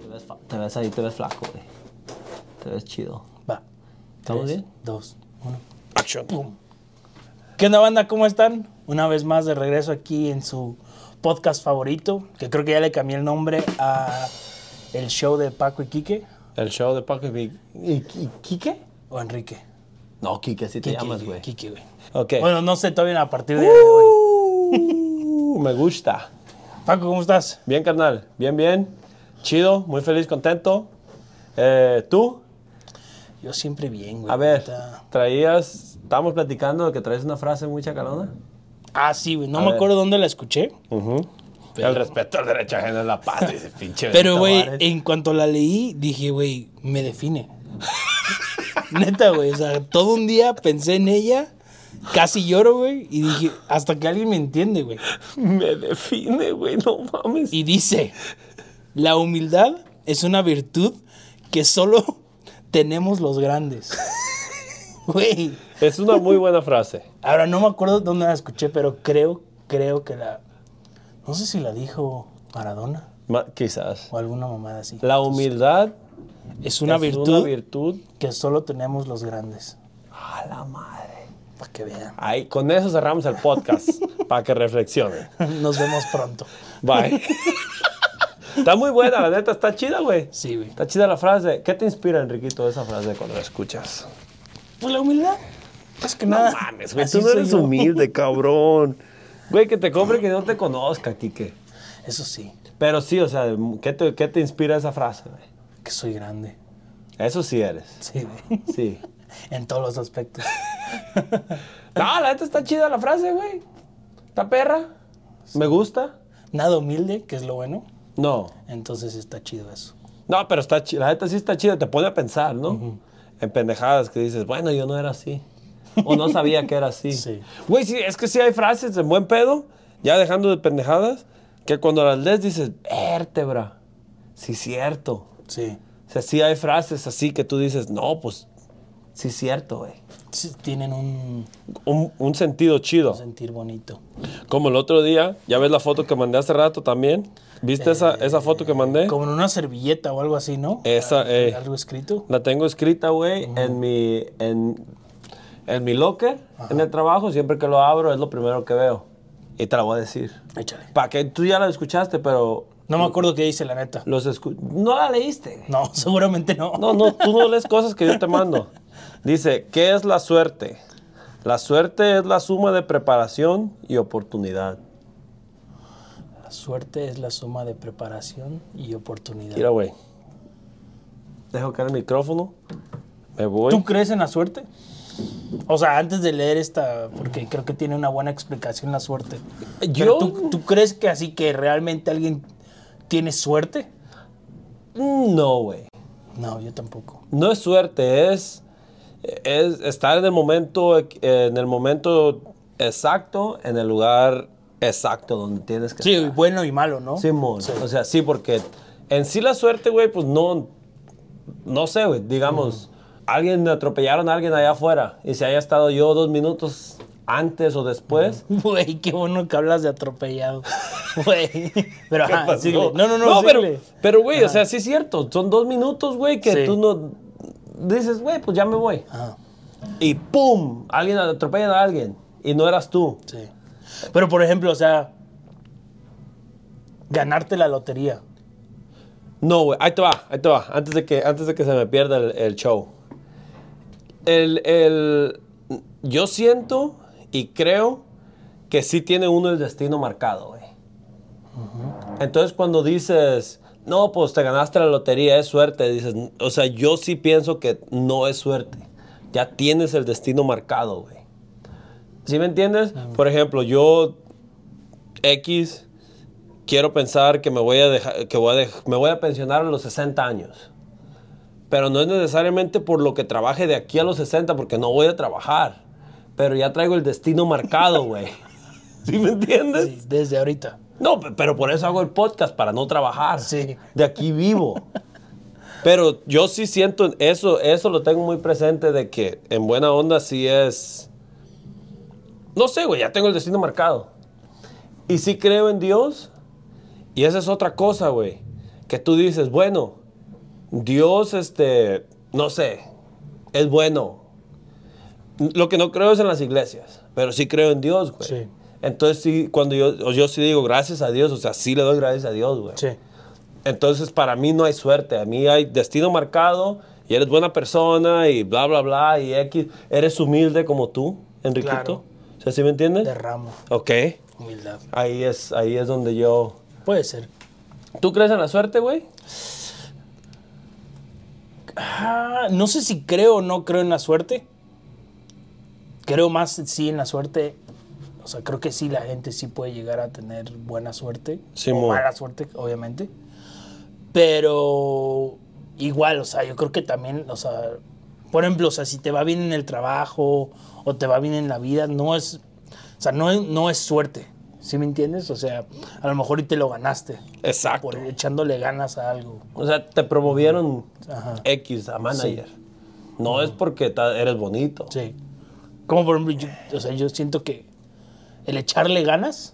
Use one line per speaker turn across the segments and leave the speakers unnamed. Te ves, fa- te ves ahí, te ves flaco, güey. Te ves chido.
Va.
¿Estamos
Tres,
bien?
Dos, uno. Acción. Pum. ¿Qué onda, banda? ¿Cómo están? Una vez más de regreso aquí en su podcast favorito, que creo que ya le cambié el nombre a el show de Paco y Quique.
El show de Paco y Big.
¿Y, Quique? ¿O Enrique?
No, Kike, así te
Quique,
llamas, güey.
Quique, güey.
Ok.
Bueno, no sé todavía a partir de hoy.
Uh, me gusta.
Paco, ¿cómo estás?
Bien, carnal. Bien, bien. Chido. Muy feliz, contento. Eh, ¿Tú?
Yo siempre bien, güey.
A ver,
Ahorita-
traías... Estábamos platicando de que traes una frase muy chacarona.
Ah, sí, güey. No me acuerdo dónde la escuché.
El respeto al derecho ajeno es la paz, dice pinche
Pero,
Benito
güey,
Juárez.
en cuanto la leí, dije, güey, me define. Neta, güey, o sea, todo un día pensé en ella, casi lloro, güey, y dije, hasta que alguien me entiende, güey.
eh.
Me define, güey, no mames.
Y dice, la humildad es una virtud que solo tenemos los grandes. Güey,
Es una muy buena frase.
ahora no me acuerdo dónde la escuché, pero creo, creo que la... No sé si la dijo Maradona
Ma- quizás.
o alguna mamada así.
La humildad
Es una
es
virtud
una virtud.
que solo tenemos los grandes.
A la madre.
Para que vean.
Ahí, con eso cerramos el podcast. para que reflexionen.
Nos vemos pronto.
Bye. está muy buena, la neta, está chida, güey.
Sí, güey.
Está chida la frase. ¿Qué te inspira, Enriquito, de esa frase cuando la escuchas?
Pues la humildad. Es que nada.
Mames, güey,
así
tú no
soy
eres
yo.
humilde, cabrón. Güey, que te compre que no te conozca, Quique.
Eso sí,
Pero sí, o sea, ¿qué te, qué te inspira esa frase, güey?
que soy grande.
Eso sí eres.
Sí, güey.
Sí.
En todos los aspectos.
No, la neta está chida la frase, güey. Está perra. Me gusta.
Nada humilde, que es lo bueno.
No.
Entonces está chido eso.
No, pero está chida. La neta sí está chida. Te pone a pensar, ¿no? En pendejadas que dices, bueno, yo no era así. O no sabía que era así.
Sí.
Güey, sí, es que sí hay frases en buen pedo, ya dejando de pendejadas, que cuando las lees dices, vértebra. Sí, cierto.
Sí.
O sea, sí hay frases así que tú dices, no, pues, sí, cierto, güey.
Sí, Tienen un
Un, un sentido chido.
sentir bonito.
Como el otro día, ya ves la foto que mandé hace rato también. ¿Viste esa, esa foto que mandé?
Como en una servilleta o algo así, ¿no?
¿Eh? Esa,
Al-
eh.
Algo escrito.
La tengo escrita, güey, en mi en, en mi locker, en el trabajo. Siempre que lo abro es lo primero que veo. Y te la voy a decir.
Échale.
Para que tú ya la escuchaste, pero
No me acuerdo qué dice, la neta.
los escu- no la leíste. güey.
No, seguramente no.
No, no, tú no lees cosas que yo te mando. Dice, ¿qué es la suerte? La suerte es la suma de preparación y oportunidad.
La suerte es la suma de preparación y oportunidad.
Mira, güey. Dejo caer el micrófono. Me voy.
¿Tú crees en la suerte? O sea, antes de leer esta, porque creo que tiene una buena explicación la suerte. Pero
Yo-
¿tú, tú crees que así que realmente alguien tiene suerte?
No, güey.
No, yo tampoco.
No es suerte, es, es estar en el momento equ- en el momento exacto, en el lugar exacto donde tienes que
Sí,
estar.
bueno y malo, ¿no?
Simón.
Sí.
O sea, sí, porque en sí la suerte, güey, pues no, no sé, güey. Digamos, alguien me atropellaron a alguien allá afuera y si haya estado yo dos minutos antes o después.
Güey, qué bueno que hablas de atropellado. Güey. Pero
¿Qué
ajá,
pasó?
Ah, síguele. No, no, no,
pero,
síguele.
pero, güey, o sea, sí es cierto. Son dos minutos, güey, que
Sí.
tú no dices, güey, pues ya me voy.
Ajá,
Y ¡pum! Alguien atropella a alguien. Y no eras tú.
sí. Pero por ejemplo, o sea, ganarte la lotería.
No, güey. Ahí te va, ahí te va. Antes de que, antes de que se me pierda el, el show. El, el- yo siento y creo que sí tiene uno el destino marcado, güey. Entonces cuando dices, no, pues te ganaste la lotería, es suerte, dices, o sea, yo sí pienso que no es suerte. Ya tienes el destino marcado, güey. ¿Sí me entiendes? Por ejemplo, yo X quiero pensar que me voy a dejar que voy a dej- me voy a pensionar a los 60 años. Pero no es necesariamente por lo que trabaje de aquí a los 60 porque no voy a trabajar, pero ya traigo el destino marcado, güey. ¿Sí me entiendes?
Sí, desde ahorita.
No, pe- pero por eso hago el podcast, para no trabajar.
Sí.
De aquí vivo. Pero yo sí siento eso, eso lo tengo muy presente de que en buena onda sí es. No sé, güey, ya tengo el destino marcado. Y sí creo en Dios Y esa es otra cosa, güey. Que tú dices, bueno, Dios, este, no sé, es bueno. Lo que no creo es en las iglesias, pero sí creo en Dios, güey.
Sí.
Entonces, sí, cuando yo, yo sí digo gracias a Dios, o sea, sí le doy gracias a Dios, güey.
Sí.
Entonces, para mí no hay suerte. A mí hay destino marcado y eres buena persona y bla, bla, bla. Y X. Eres humilde como tú, Enriquito.
Claro.
O sea, ¿sí me entiendes?
Derramo.
Ok.
Humildad.
Ahí es, ahí es donde yo.
Puede ser.
¿Tú crees en la suerte, güey?
Ah, no sé si creo o no creo en la suerte. Creo más sí en la suerte. O sea, creo que sí la gente sí puede llegar a tener buena suerte.
Sí,
o
mo.
mala suerte, obviamente. Pero igual, o sea, yo creo que también, o sea, por ejemplo, o sea, si te va bien en el trabajo o te va bien en la vida, no es, o sea, no es, no es suerte. ¿Sí me entiendes? O sea, a lo mejor y te lo ganaste.
Exacto.
Por echándole ganas a algo.
O sea, te promovieron
Ajá.
X a manager. No es porque ta- eres bonito.
Sí. Como por ejemplo, yo, o sea, yo siento que el echarle ganas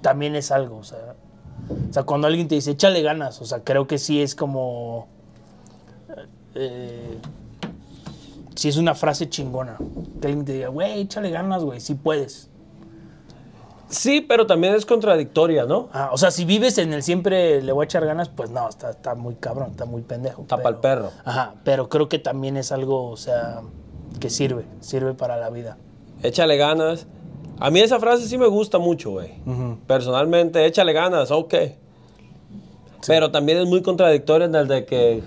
también es algo. O sea, o sea, cuando alguien te dice, échale ganas, o sea, creo que sí es como... eh, sí es una frase chingona. Que alguien te diga, güey, échale ganas, güey, sí puedes.
Sí, pero también es contradictoria, ¿no?
Ah, o sea, si vives en el siempre le voy a echar ganas, pues no, está, está muy cabrón, está muy pendejo.
Está pa'l perro.
Ajá, pero creo que también es algo, o sea, que sirve, sirve para la vida.
Échale ganas. A mí esa frase sí me gusta mucho, güey. Personalmente, échale ganas, ok. Pero también es muy contradictorio en el de que,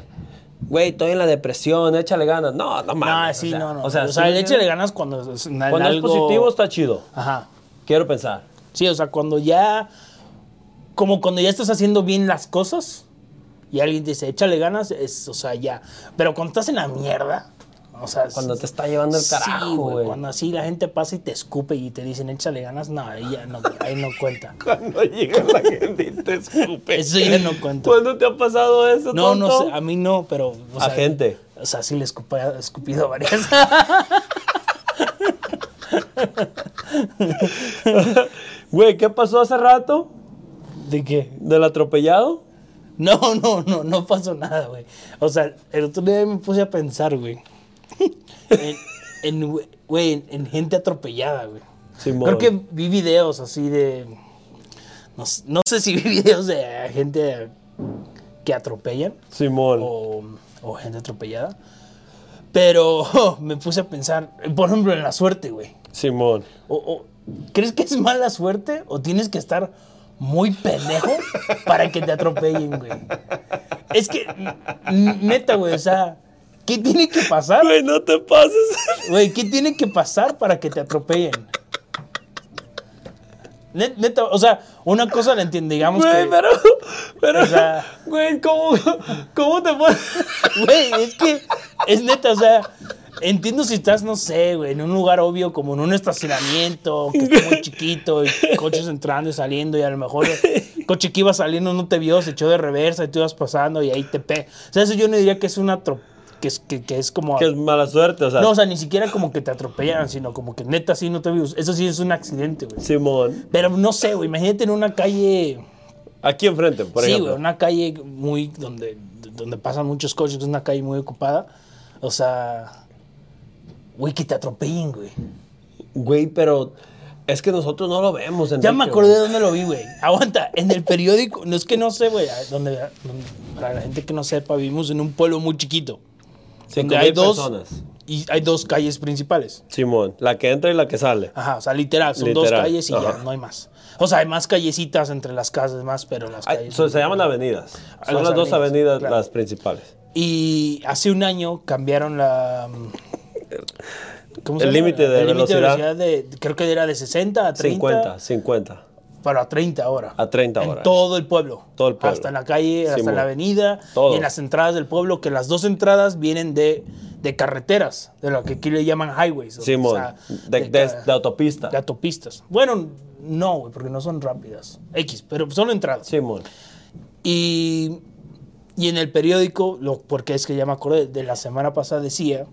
güey, estoy en la depresión, échale ganas. No, no mames.
No, sí,
o sea,
no, no.
O sea,
o sea
sí,
el échale ganas cuando es, en
cuando
algo-
es positivo está chido.
Ajá.
Quiero pensar.
Sí, o sea, cuando ya. Como cuando ya estás haciendo bien las cosas y alguien te dice, échale ganas, es, o sea, ya. Pero cuando estás en la mierda, o sea.
Cuando
sí-
te está llevando el
sí,
carajo, güey.
Cuando así la gente pasa y te escupe y te dicen, échale ganas, no, ahí ya no, ahí no cuenta.
Cuando llega la gente y te escupe.
Eso ya no cuenta.
¿Cuándo te ha pasado eso,
No, no
tonto?
sé, a mí no, pero. O
A
sea,
gente.
O sea, sí le escupa- he escupido varias.
Güey, ¿qué pasó hace rato
¿De qué?
del atropellado?
No, no, no, no pasó nada, güey. O sea, el otro día me puse a pensar, güey. En, en, güey, en, en gente atropellada, güey.
Simón.
Creo que vi videos así de. No, s- no sé si vi videos de gente que atropellan
Simón.
o, o gente atropellada. Pero me puse a pensar, por ejemplo, en la suerte, güey.
Simón.
O- o- ¿Crees que es mala suerte o tienes que estar muy pendejo para que te atropellen, güey? Es que, n- neta, güey, o sea, ¿qué tiene que pasar?
Güey, no te pases.
Güey, ¿qué tiene que pasar para que te atropellen? Ne- Neta, o sea, una cosa la entiendo, digamos
Güey,
que...
pero, pero,
o sea-
güey, ¿cómo, cómo te puedes?
Güey, es que es neta, o sea, entiendo si estás, no sé, güey, en un lugar obvio como en un estacionamiento, que está muy chiquito y coches entrando y saliendo y a lo mejor el coche que iba saliendo no te vio, se echó de reversa y tú ibas pasando y ahí te pe... O sea, eso yo no diría que es una... tro- Que es, que, que es como...
Que es mala suerte, o sea.
No, o sea, ni siquiera como que te atropellan, sino como que neta sí no te vio. Eso sí es un accidente, güey.
Simón.
Pero no sé, güey, imagínate en una calle
Aquí enfrente, por
sí,
ejemplo.
güey, una calle muy donde, donde pasan muchos coches, es una calle muy ocupada. O sea, güey, que te atropellen, güey.
Güey, pero es que nosotros no lo vemos.
Ya
Enrique,
me
güey.
acordé de dónde lo vi, güey. Aguanta, en el periódico, no es que no sé, güey, a- donde, donde- para la gente que no sepa, vivimos en un pueblo muy chiquito.
Cinco
donde
mil
hay dos
personas.
y hay dos calles principales.
Simón, la que entra y la que sale.
Ajá, o sea, literal, son dos
Literal,
calles y
ajá.
ya, no hay más. O sea, hay más callecitas entre las casas más, pero las
Ay,
calles
so- se llaman avenidas.
Ah,
Son
las
las dos
avenidas,
avenidas
claro.
las principales.
Y hace un año cambiaron la. mm, ¿cómo se
El
llama?
límite de
El límite
velocidad.
de- creo que era de 60 a 30.
50, 50.
Pero a 30 ahora.
A 30
En
ahora.
todo el pueblo.
Todo el pueblo.
Hasta en la calle, hasta
Simón.
en la avenida.
Todo.
Y en las entradas del pueblo, que las dos entradas vienen de, de carreteras, de lo que aquí le llaman highways. o
Simón,
sea,
de,
de
de-
ca-
de autopista.
de autopistas. Bueno, no, güey, porque no son rápidas. X, pero son entradas.
Simón.
Y, y en el periódico, lo, porque es que ya me acordé, de la semana pasada decía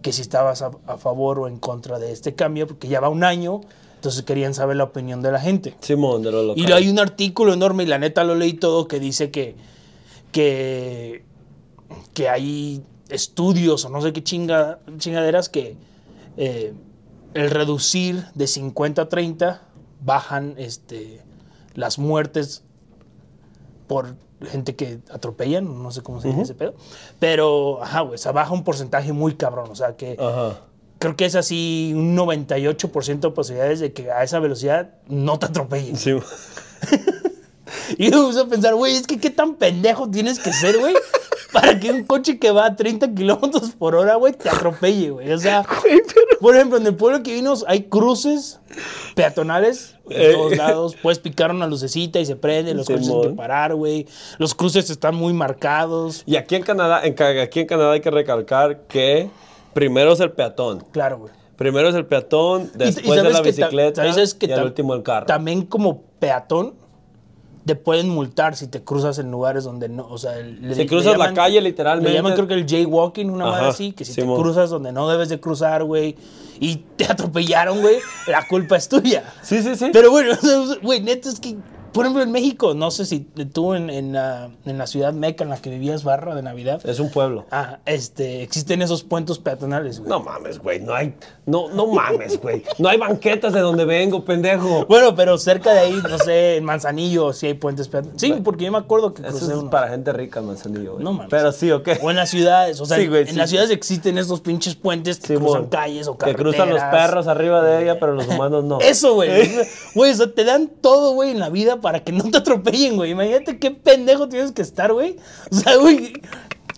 que si estabas a, a favor o en contra de este cambio, porque ya va un año Entonces querían saber la opinión de la gente.
Simón, de los locales.
Y hay un artículo enorme, y la neta lo leí todo, que dice que, que, que hay estudios o no sé qué chinga, chingaderas que eh, el reducir de 50 a 30 bajan este, las muertes por gente que atropellan, no sé cómo se dice ese pedo. Pero, ajá, güey, o sea, baja un porcentaje muy cabrón. O sea, que
Ajá.
creo que es así un 98% de posibilidades de que a esa velocidad no te atropellen.
Simón.
Y yo me puse a pensar, güey, es que qué tan pendejo tienes que ser, güey, para que un coche que va a 30 kilómetros por hora, güey, te atropelle, güey. O sea, por ejemplo, en el pueblo que vimos hay cruces peatonales de
Eh.
todos lados. Puedes picar una lucecita y se prende, los coches
Simón.
tienen que parar, güey. Los cruces están muy marcados.
Y aquí en Canadá, en, Ca- aquí en Canadá hay que recalcar que primero es el peatón.
Claro, güey.
Primero es el peatón,
Y- y
después es
sabes
la
que ta-
bicicleta
sabes que
y al
tam-
último el carro.
También como peatón te pueden multar si te cruzas en lugares donde no, o sea, el- le-
Si
le
cruzas la calle, literalmente.
Le llaman creo que el jaywalking, una madre
Ajá,
así, que si te
Simón.
cruzas donde no debes de cruzar, güey, y te atropellaron, güey, la culpa es tuya.
Sí, sí, sí.
Pero bueno, o sea, güey, neta es que, por ejemplo, en México, no sé si tú en, en la, en la ciudad meca en la que vivías barra de Navidad,
Es un pueblo.
ah, este, existen esos puentes peatonales, güey.
No mames, güey. No hay. No, no mames, güey. No hay banquetas de donde vengo, pendejo.
Bueno, pero cerca de ahí, no sé, en Manzanillo, sí hay puentes peatonales. Sí, porque yo me acuerdo que crucé
Eso es
uno.
para gente rica, manzanillo, güey.
No mames.
Pero sí, ok.
O en las ciudades, o sea,
Sí, güey,
en
sí.
las ciudades existen estos pinches puentes que
Simón.
cruzan calles o
Que
carreteras.
cruzan los perros arriba de ella, pero los humanos no.
Eso, güey. Güey, o sea, te dan todo, güey, en la vida para que no te atropellen, güey. Imagínate qué pendejo tienes que estar, güey. O sea, güey,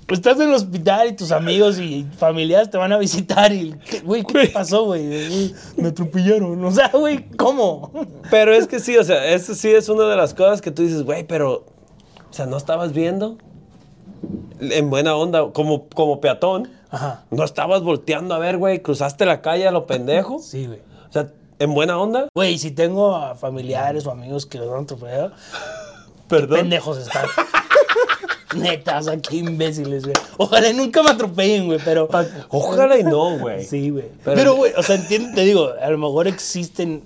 estás en el hospital y tus amigos y familiares te van a visitar y, ¿qué- güey, ¿qué te pasó, güey? Me atropellaron. O sea, güey, ¿cómo?
Pero es que sí, o sea, eso sí es una de las cosas que tú dices, güey, pero. O sea, ¿no estabas viendo? En buena onda, como, como peatón.
Ajá.
No estabas volteando a ver, güey. Cruzaste la calle a lo pendejo.
Sí, güey.
O sea, en buena onda.
Güey, si tengo a familiares o amigos que los han atropellado,
Perdón.
pendejos están. Neta, o sea, qué imbéciles, güey. Ojalá y nunca me atropellen, güey, pero.
Ojalá y no, güey.
Sí, güey.
Pero-
Pero, güey, o sea, entiendo, te digo, a lo mejor existen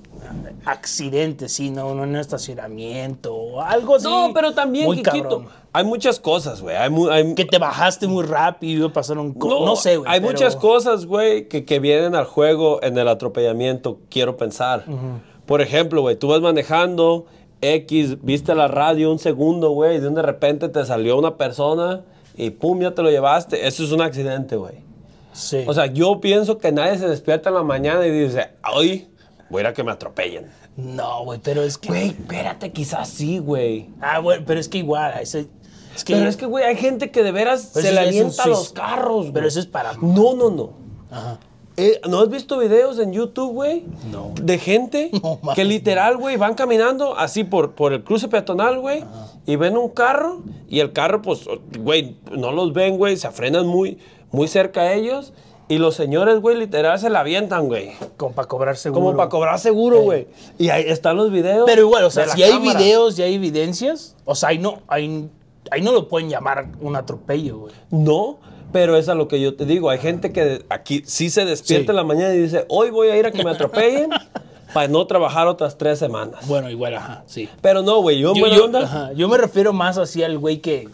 accidentes, sí, no, no en un estacionamiento o algo así.
No, pero también,
muy
Kikito,
cabrón.
Hay muchas cosas, güey. Hay, mu- hay-
Que te bajaste muy rápido, pasaron. co- No, sé, güey.
Hay
pero-
muchas cosas, güey, que, que vienen al juego en el atropellamiento, quiero pensar. Por ejemplo, güey, tú vas manejando X, viste la radio un segundo, güey, y de repente te salió una persona y pum, ya te lo llevaste. Eso es un accidente, güey.
Sí.
O sea, yo pienso que nadie se despierta en la mañana y dice, hoy voy a ir a que me atropellen.
no, güey, pero es que.
Güey, espérate, quizás sí, güey.
Ah, güey, pero es que igual. ese- es que,
Pero es que, güey, hay gente que de veras
Pero
se le
eso ya es un
alienta a los
suic-
carros, güey.
Pero eso es para.
No, no, no.
Ajá.
Eh, ¿No has visto videos en YouTube, güey?
No.
De gente
No, mames.
que literal, güey, van caminando así por, por el cruce peatonal, güey, y ven un carro, y el carro, pues, güey, no los ven, güey, se frenan muy, muy cerca a ellos, y los señores, güey, literal se la avientan, güey.
Como para cobrar seguro.
Como para cobrar seguro, güey. Y ahí están los videos.
Pero igual, o sea,
de la
si hay
cámara.
videos y hay evidencias, o sea, ahí no, ahí, ahí no lo pueden llamar un atropello, güey.
No, pero es a lo que yo te digo. Hay gente que aquí sí se despierta
Sí.
en la mañana y dice, hoy voy a ir a que me atropellen para no trabajar otras tres semanas.
Bueno, igual, ajá, sí.
Pero no, güey, yo, en
Yo,
buena
yo-
onda.
ajá, yo me refiero más así al güey que,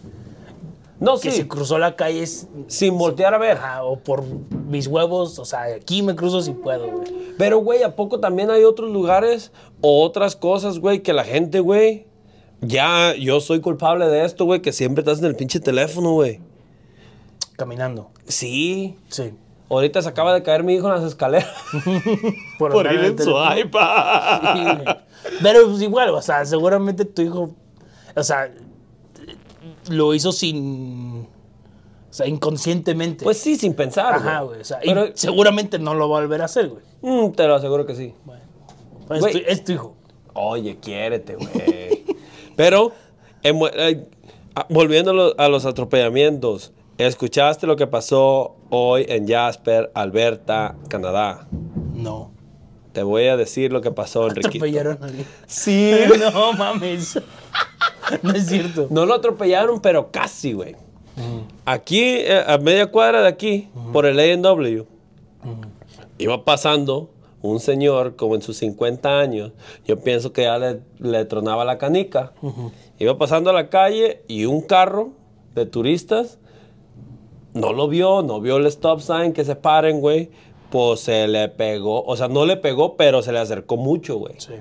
No,
que
sí,
se cruzó la calle es-
sin voltear a ver.
ajá, o por mis huevos, o sea, aquí me cruzo si puedo, güey.
Pero, güey, ¿a poco también hay otros lugares o otras cosas, güey, que la gente, güey, ya yo soy culpable de esto, güey, que siempre estás en el pinche teléfono, güey?
Caminando,
Sí.
sí.
Ahorita se acaba de caer mi hijo en las escaleras por
andar
ir
en el
en su
teléfono. Sí,
iPad.
güey. Pero pues igual, o sea, seguramente tu hijo, o sea, lo hizo sin, o sea, inconscientemente.
Pues sí, sin pensar.
Ajá, güey. O sea, y
Pero-
seguramente no lo va a volver a hacer, güey.
Mm, te lo aseguro que sí.
Pues,
Güey.
es, tu, es tu hijo.
Oye, quiérete, güey. Pero, en mu- eh, a- volviendo a los, a los atropellamientos, ¿escuchaste lo que pasó hoy en Jasper, Alberta, Canadá?
No.
Te voy a decir lo que pasó, Enriquito.
Atropellaron a alguien.
Sí.
No mames. No es cierto.
No lo atropellaron, pero casi, güey. Aquí, eh, a media cuadra de aquí, por el A&W, iba pasando un señor como en sus 50 años, yo pienso que ya le, le tronaba la canica. Iba pasando a la calle y un carro de turistas no lo vio, no vio el stop sign, que se paren, güey. Pues se le pegó, o sea, no le pegó, pero se le acercó mucho, güey.
Sí.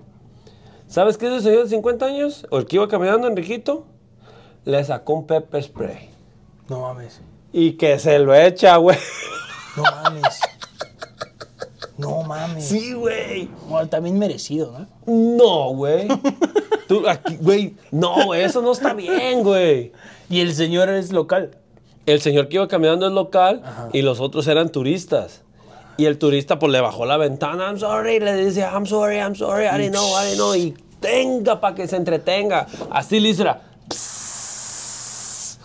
¿Sabes qué hizo el señor de 50 años? O el que iba caminando, Enriquito, le sacó un pepper spray.
No mames.
Y que se lo echa, güey.
No mames. No mames.
Sí, güey.
Bueno, también merecido, ¿no?
No, güey. Tú, aquí, güey. No, güey, eso no está bien, güey.
Y el señor es local.
El señor que iba caminando es local y los otros eran turistas. Y el turista, pues, le bajó la ventana. I'm sorry. Le dice, I'm sorry, I'm sorry. I didn't know, I didn't know. Y tenga para que se entretenga. Así le hizo era, "Psss".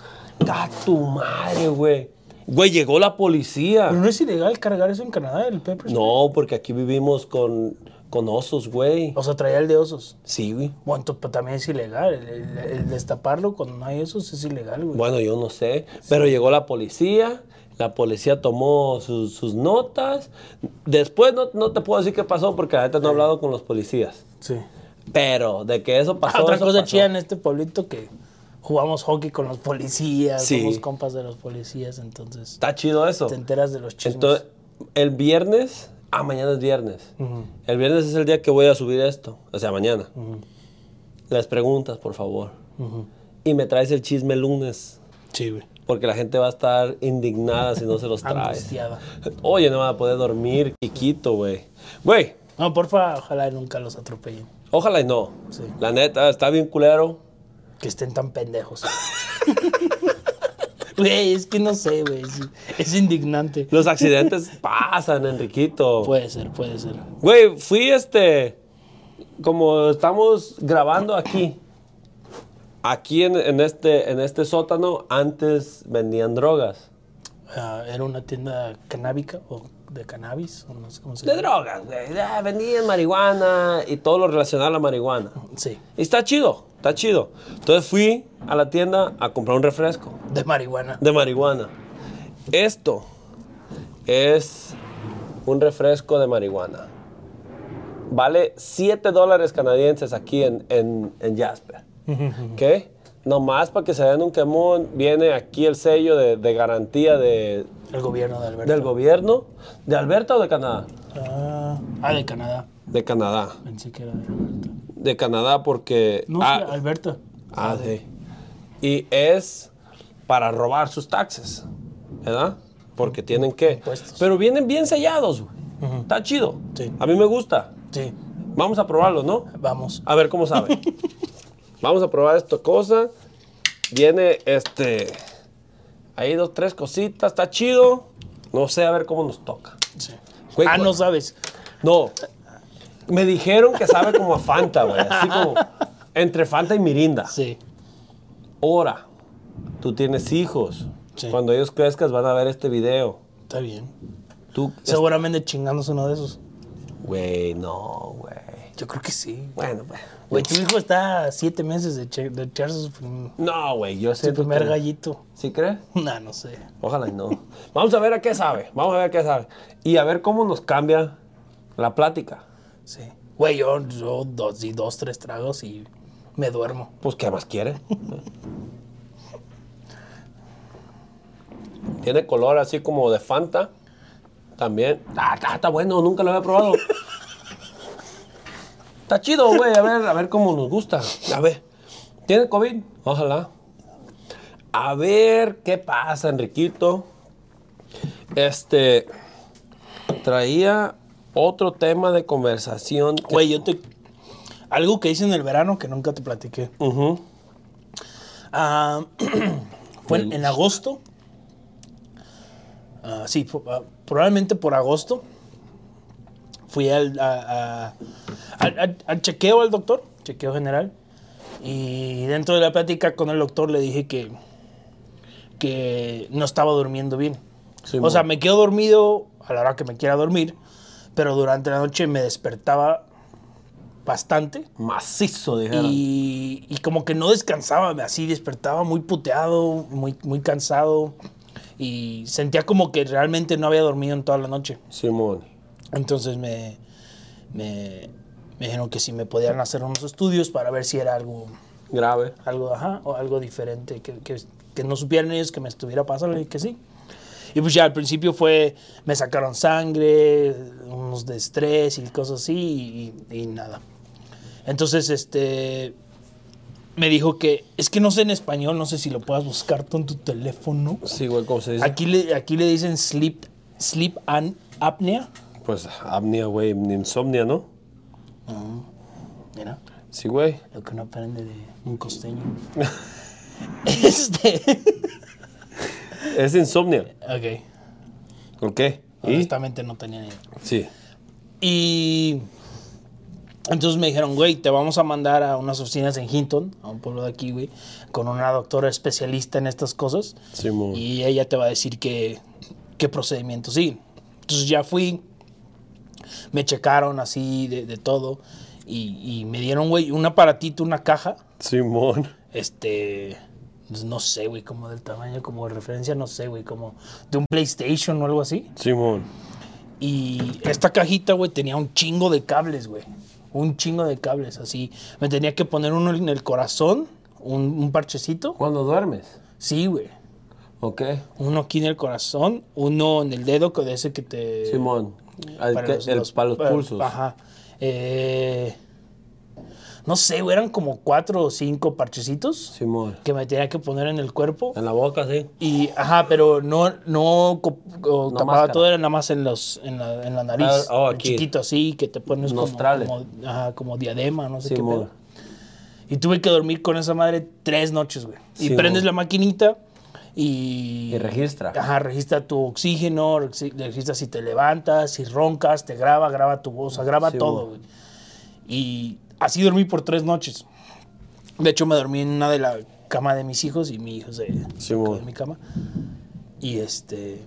¡Ca tu madre, güey! Güey, llegó la policía.
Pero no es ilegal cargar eso en Canadá, el pepper. spray.
No, porque aquí vivimos con, con osos, güey.
O sea, traía el de osos.
Sí, güey.
Bueno, entonces, pues, también es ilegal. El, el- el destaparlo cuando no hay esos es ilegal, güey.
Bueno, yo no sé, pero llegó la policía, la policía tomó sus, sus notas. Después no, no te puedo decir qué pasó porque la neta no he hablado con los policías.
Sí.
Pero de que eso pasó.
Otra
eso
cosa
pasó.
chida en este pueblito que jugamos hockey con los policías,
Sí.
somos compas de los policías, entonces
Está chido eso.
te enteras de los chismes.
Entonces, el viernes, ah, mañana es viernes. El viernes es el día que voy a subir esto, o sea, mañana. Las preguntas, por favor. Y me traes el chisme el lunes,
sí, güey.
porque la gente va a estar indignada si no se los traes.
Angustiada.
Oye, no van a poder dormir, Quiquito, güey. Güey,
No, porfa, ojalá nunca los atropellen.
ojalá y no.
Sí.
La neta, está bien culero.
Que estén tan pendejos. Güey, es que no sé, güey. Es, es indignante.
Los accidentes pasan, Enriquito.
Puede ser, puede ser.
Güey, fui este. Como estamos grabando aquí. Aquí en, en este, en este sótano, antes vendían drogas.
Ah, era una tienda canábica o de cannabis, o no sé cómo se
De
llama.
drogas, güey. Ah, Vendían marihuana y todo lo relacionado a la marihuana.
Sí,
Y está chido, está chido. Entonces fui a la tienda a comprar un refresco.
de marihuana.
de marihuana. Esto es un refresco de marihuana. Vale 7 dólares canadienses aquí en, en, en Jasper. ¿Ok? Nomás para que se den un quemón, viene aquí el sello de, de garantía de,
El gobierno de Alberta.
del gobierno. ¿De Alberta o de Canadá?
Ah, ah, de Canadá.
De Canadá.
Pensé que era de Alberta.
De Canadá porque...
No,
ah,
sí, Alberta.
Ah, sí. Y es para robar sus taxes, ¿verdad? Porque tienen que.
Impuestos.
Pero vienen bien sellados, güey. Está chido.
Sí.
A mí me gusta.
Sí,
Vamos a probarlo, ¿no?
vamos.
A ver cómo sabe. Vamos a probar esta cosa. Viene este. Ahí dos, tres cositas. Está chido. No sé a ver cómo nos toca.
Sí.
Güey,
ah,
güey.
no sabes.
No. Me dijeron que sabe como a Fanta, güey. Así como. Entre Fanta y Mirinda.
Sí.
Ahora, tú tienes hijos.
Sí.
Cuando ellos crezcas van a ver este video.
Está bien.
Tú,
Seguramente chingándose uno de esos.
güey, no, güey.
Yo creo que sí.
Bueno, pues, güey.
Güey, tu hijo está a siete meses de, che- de echarse su, prim-
No, güey, yo
su
siento
primer
que-
gallito.
¿Sí crees?
Nah, no sé.
Ojalá y no. Vamos a ver a qué sabe. Vamos a ver a qué sabe. Y a ver cómo nos cambia la plática.
Sí. Güey, yo, yo dos, di dos, tres tragos y me duermo.
Pues, ¿qué más quiere? Tiene color así como de Fanta. También. Ah, está, está bueno, nunca lo había probado. está chido, güey. A ver, a ver cómo nos gusta. A ver. ¿Tiene COVID? Ojalá. A ver qué pasa, Enriquito. Este. Traía otro tema de conversación. que-
Güey, yo te... Algo que hice en el verano que nunca te platiqué.
Ujú.
Ah, fue en, en agosto. Ah, sí, fue- ah, probablemente por agosto. Fui al, a- a- al- al- al chequeo al doctor, chequeo general. Y dentro de la plática con el doctor le dije que, que no estaba durmiendo bien.
Sí,
o sea,
mo-
me quedo dormido a la hora que me quiera dormir, pero durante la noche me despertaba bastante.
Macizo, dijeron.
Y, y como que no descansaba, así despertaba muy puteado, muy, muy cansado. Y sentía como que realmente no había dormido en toda la noche.
Simón.
Entonces me, me, me dijeron que si me podían hacer unos estudios para ver si era algo,
Grave.
algo, ajá, o algo diferente, que, que- que no supieran ellos que me estuviera pasando y que sí. Y pues ya al principio fue, me sacaron sangre, unos de estrés y cosas así, y, y- y nada. Entonces, este, me dijo que, es que no sé en español, no sé si lo puedas buscar tú en tu teléfono.
Sí, güey, ¿cómo se dice?
Aquí le, aquí le dicen sleep, sleep an- apnea.
Pues apnea, güey, insomnia, ¿no?
Mira,
Sí, güey.
lo que no aprende de un costeño. este.
Es insomnia.
Ok.
¿Ok? ¿Y?
Honestamente no tenía ni idea.
Sí.
Y entonces me dijeron, güey, te vamos a mandar a unas oficinas en Hinton, a un pueblo de aquí, güey, con una doctora especialista en estas cosas.
Sí, mo.
y ella te va a decir qué, qué procedimiento siguen. Entonces ya fui, me checaron así de, de todo y, y me dieron, güey, un aparatito, una caja,
Simón.
este, pues, no sé, güey, como del tamaño, como de referencia, no sé, güey, como de un PlayStation o algo así.
Simón.
Y esta cajita, güey, tenía un chingo de cables, güey. Un chingo de cables, así. Me tenía que poner uno en el corazón, un, un parchecito.
¿Cuándo duermes?
Sí, güey.
¿Ok?
Uno aquí en el corazón, uno en el dedo, que de ese que te...
Simón. Al que- el- para los
para-
pulsos.
Ajá. Eh, no sé, güey, eran como cuatro o cinco parchecitos
Simón.
que me tenía que poner en el cuerpo.
En la boca, sí.
Y, ajá, pero no, no co- co-
No
tapaba
máscara.
todo, era nada más en, los, en, la, en la nariz.
Ah, oh,
un
aquí.
Chiquito así, que te pones como,
Nostrales.
como, ajá, como diadema, no sé qué
Simón.
pedo. Y tuve que dormir con esa madre tres noches, güey. Y
Sí,
prendes
mo.
la maquinita y...
Y registra.
Ajá, registra tu oxígeno, regi- registra si te levantas, si roncas, te graba, graba tu voz, o sea, graba
Sí,
todo,
mo.
güey. Y así dormí por tres noches. De hecho, me dormí en una de la cama de mis hijos y mi hijo se
Sí,
quedó
mo.
en mi cama. Y este...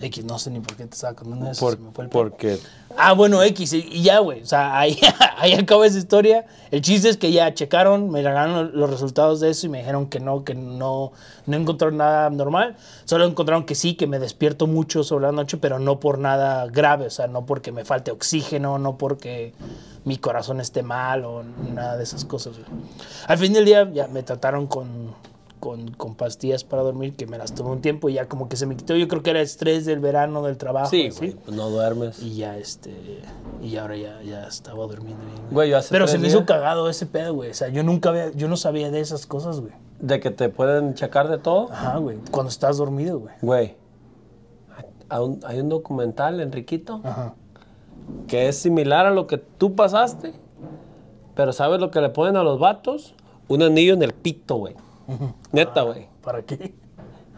X, no sé ni por qué te estaba contando eso. se me
Por,
fue el
porque.
Ah, bueno, X, y y ya, güey. O sea, ahí, ahí acaba esa historia. El chiste es que ya checaron, me ganaron los resultados de eso y me dijeron que no, que no, no encontraron nada abnormal. Solo encontraron que sí, que me despierto mucho sobre la noche, pero no por nada grave. O sea, no porque me falte oxígeno, no porque mi corazón esté mal o nada de esas cosas, güey. Al fin del día ya me trataron con, con, con pastillas para dormir, que me las tomé un tiempo y ya como que se me quitó. Yo creo que era estrés del verano, del trabajo.
Sí,
así.
güey. pues No duermes.
Ah, Y ya, este. Y ahora ya, ya estaba durmiendo bien. güey.
Güey, yo hace
Pero
tres
se me hizo
días-
cagado ese pedo, güey. O sea, yo nunca había. Yo no sabía de esas cosas, güey.
De que te pueden checar de todo.
Ajá, güey. Cuando estás dormido, güey.
Güey. Hay un, hay un documental, Enriquito,
Ajá.
que es similar a lo que tú pasaste. Pero ¿sabes lo que le ponen a los vatos? Un anillo en el pito, güey. Neta, güey.
¿Para qué?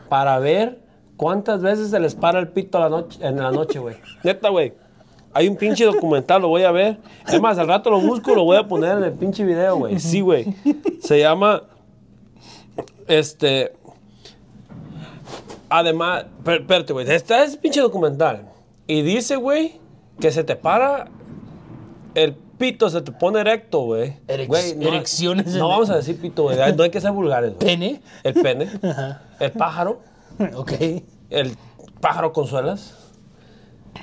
para ver cuántas veces se les para el pito a la noche, en la noche, güey. Neta, güey. Hay un pinche documental, lo voy a ver. Es más, al rato lo busco, lo voy a poner en el pinche video, güey. Sí, güey. Se llama. Este. Además, per- espérate, güey. Está ese pinche documental. Y dice, güey, que se te para. El pito se te pone erecto, güey.
Erec-
Güey, no-
erecciones en
No
el-
vamos a decir pito, güey. No hay que ser vulgares, güey.
¿Pene?
El pene.
Ajá.
El pájaro
ok.
el pájaro consuelas,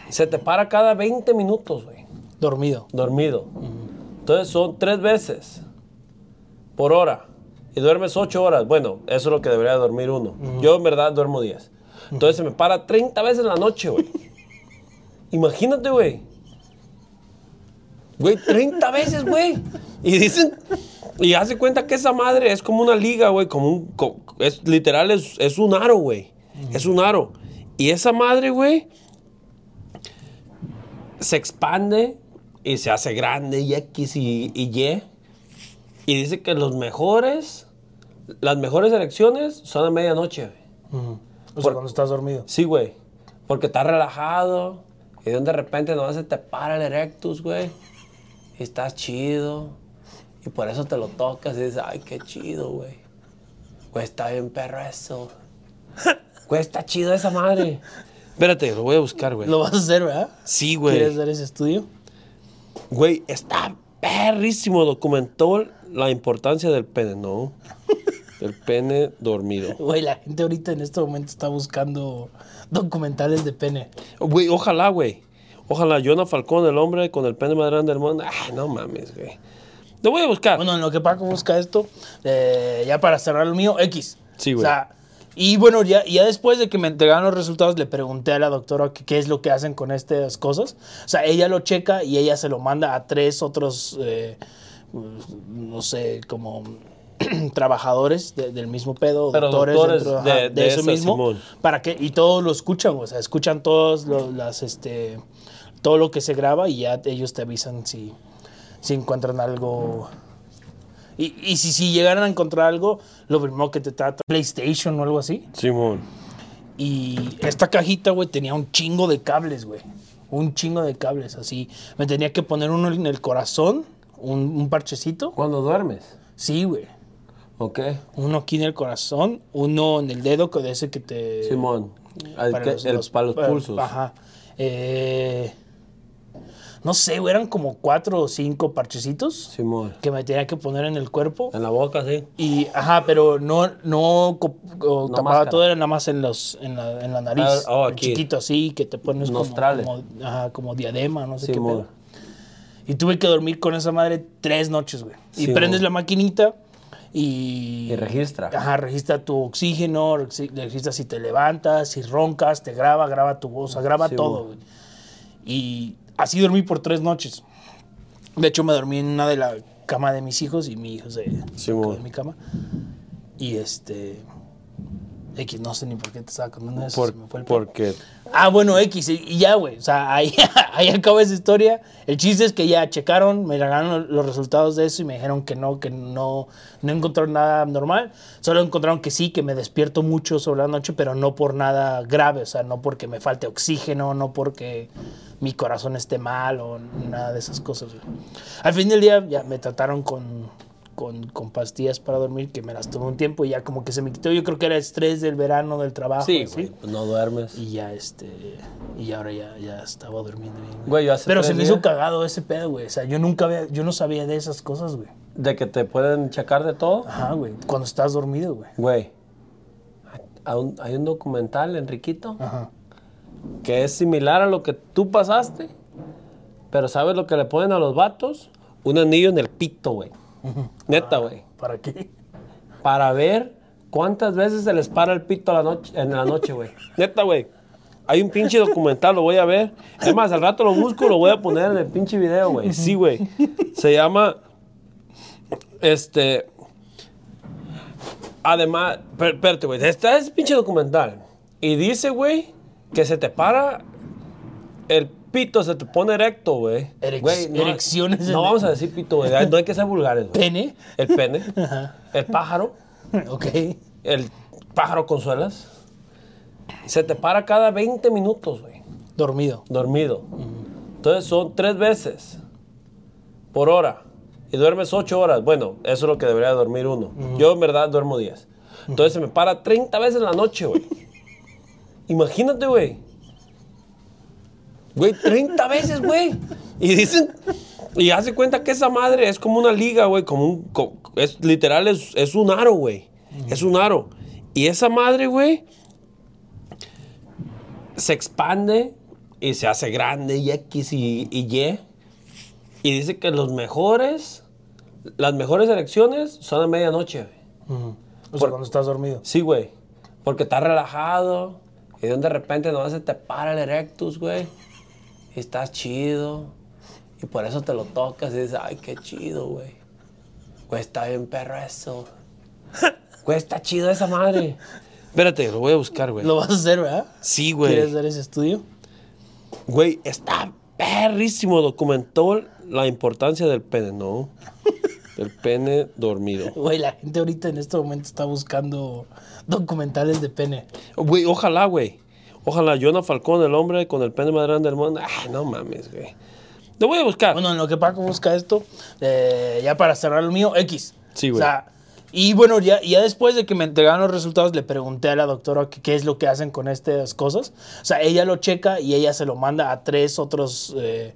se te para cada 20 minutos, güey,
Dormido.
dormido. Entonces son tres veces por hora y duermes ocho horas. Bueno, eso es lo que debería dormir uno. Yo en verdad duermo 10. Entonces se me para 30 veces en la noche, güey. Imagínate, güey. Güey, 30 veces, güey. Y dicen, y hace cuenta que esa madre es como una liga, güey, como un, co- es literal, es, es un aro, güey. Es un aro. Y esa madre, güey, se expande y se hace grande y X y, y Y. Y dice que los mejores, las mejores elecciones son a medianoche, güey.
O sea, cuando estás dormido.
Sí, güey. Porque estás relajado. Y de repente no se te para el erectus, güey. Y estás chido. Y por eso te lo tocas y dices, ay, qué chido, güey. Güey, está bien perro eso. Güey, está chido esa madre. Espérate, lo voy a buscar, güey.
Lo vas a hacer, ¿verdad?
Sí,
¿Quieres
güey.
dar ese estudio?
Güey, está perrísimo. Documentó la importancia del pene, ¿no? Del pene dormido.
Güey, la gente ahorita en este momento está buscando documentales de pene.
Güey, ojalá, güey. Ojalá Jonah Falcón, el hombre con el pene más grande del mundo. Ay, no mames, güey. Lo voy a buscar.
Bueno, en lo que Paco busca esto, eh, ya para cerrar el mío, X.
Sí, güey.
O sea, y bueno, ya, ya después de que me entregaron los resultados, le pregunté a la doctora qué, qué es lo que hacen con estas cosas. O sea, ella lo checa y ella se lo manda a tres otros, eh, no sé, como trabajadores de- del mismo pedo,
Pero
doctores,
doctores
dentro,
de-
ajá,
de
eso
esas,
mismo,
Simón.
para que y todos lo escuchan, o sea, escuchan todos los, las, este, todo lo que se graba y ya ellos te avisan si, si encuentran algo. Y, y si, si llegaran a encontrar algo, lo primero que te trata PlayStation o algo así.
Simón.
Y esta cajita, güey, tenía un chingo de cables, güey. Un chingo de cables, así. Me tenía que poner uno en el corazón, un, un parchecito.
¿Cuándo duermes?
Sí, güey.
Ok.
Uno aquí en el corazón, uno en el dedo, que de ese que te.
Simón. Al
para
que-
los-
el-
los-
para los
para-
pulsos.
Ajá. Eh, no sé, güey, eran como cuatro o cinco parchecitos
Simón.
que me tenía que poner en el cuerpo.
En la boca, sí.
Y, ajá, pero no, no co- co-
No
tapaba
máscara.
todo, era nada más en, los, en, la, en la nariz.
Ah, oh,
Un
aquí.
Chiquito así, que te pones como,
Nostrales.
como, ajá, como diadema, no sé qué
Simón.
pedo. Y tuve que dormir con esa madre tres noches, güey. Y
Simón.
prendes la maquinita y...
Y registra.
Ajá, registra tu oxígeno, regi- registra si te levantas, si roncas, te graba, graba tu voz, o sea, graba
Sí,
todo,
güey.
güey. Y así dormí por tres noches. De hecho, me dormí en una de la cama de mis hijos y mi hijo se
Sí,
quedó
güey.
en mi cama. Y este... X, no sé ni por qué te estaba contando eso. se me fue
Por,
el pedo.
porque.
Ah, bueno, X, y y ya, güey. O sea, ahí, ahí acaba esa historia. El chiste es que ya checaron, me ganaron los resultados de eso y me dijeron que no, que no, no encontraron nada normal. Solo encontraron que sí, que me despierto mucho sobre la noche, pero no por nada grave. O sea, no porque me falte oxígeno, no porque mi corazón esté mal o nada de esas cosas. güey. Al fin del día ya me trataron con, con, con pastillas para dormir, que me las tomé un tiempo y ya como que se me quitó. Yo creo que era estrés del verano, del trabajo.
Sí,
así.
güey. No duermes.
Y ya, este. Y ahora ya, ya estaba durmiendo bien. güey.
Güey, yo hace
Pero
tres
se me
días-
hizo cagado ese pedo, güey. O sea, yo nunca había. Yo no sabía de esas cosas, güey.
De que te pueden checar de todo.
Ajá, güey. Cuando estás dormido, güey.
Güey. Hay un, hay un documental, Enriquito,
Ajá.
que es similar a lo que tú pasaste. Pero ¿sabes lo que le ponen a los vatos? Un anillo en el pito, güey. Neta, güey.
¿Para qué?
para ver cuántas veces se les para el pito a la noche, en la noche, güey. Neta, güey. Hay un pinche documental, lo voy a ver. Es más, al rato lo busco y lo voy a poner en el pinche video, güey. Sí, güey. Se llama. Este. Además. per- Espérate, güey. Está ese pinche documental. Y dice, güey, que se te para. El pito se te pone erecto, güey.
Erec-
Güey, no-
erecciones en
No
el-
vamos a decir pito, güey. No hay que ser vulgares, güey.
¿Pene?
El pene.
Ajá.
El pájaro.
Ok.
El pájaro consuelas. Se te para cada 20 minutos, güey.
Dormido.
Dormido. Entonces son tres veces por hora. Y duermes ocho horas. Bueno, eso es lo que debería dormir uno. Yo en verdad duermo 10. Entonces se me para 30 veces en la noche, güey. Imagínate, güey. Güey, 30 veces, güey. Y dicen, y hace cuenta que esa madre es como una liga, güey, como un, co- es literal, es, es un aro, güey. Es un aro. Y esa madre, güey, se expande y se hace grande y X y, y Y. Y dice que los mejores, las mejores elecciones son a medianoche, güey.
Ujú. O sea, cuando estás dormido.
Sí, güey. Porque estás relajado. Y de repente nomás se te para el erectus, güey. Y estás chido. Y por eso te lo tocas y dices, ay, qué chido, güey. Güey, está bien perro eso. Güey, está chido esa madre. Espérate, lo voy a buscar, güey.
Lo vas a hacer, ¿verdad?
Sí,
¿Quieres
güey.
dar ese estudio?
Güey, está perrísimo. Documentó la importancia del pene, ¿no? Del pene dormido.
Güey, la gente ahorita en este momento está buscando documentales de pene.
Güey, ojalá, güey. Ojalá Jonah Falcón, el hombre con el pene más grande del mundo. Ay, no mames, güey. Lo voy a buscar.
Bueno, en lo que Paco busca esto, eh, ya para cerrar el mío, X.
Sí, güey.
O sea, y bueno, ya, ya después de que me entregaron los resultados, le pregunté a la doctora que- qué es lo que hacen con estas cosas. O sea, ella lo checa y ella se lo manda a tres otros, eh,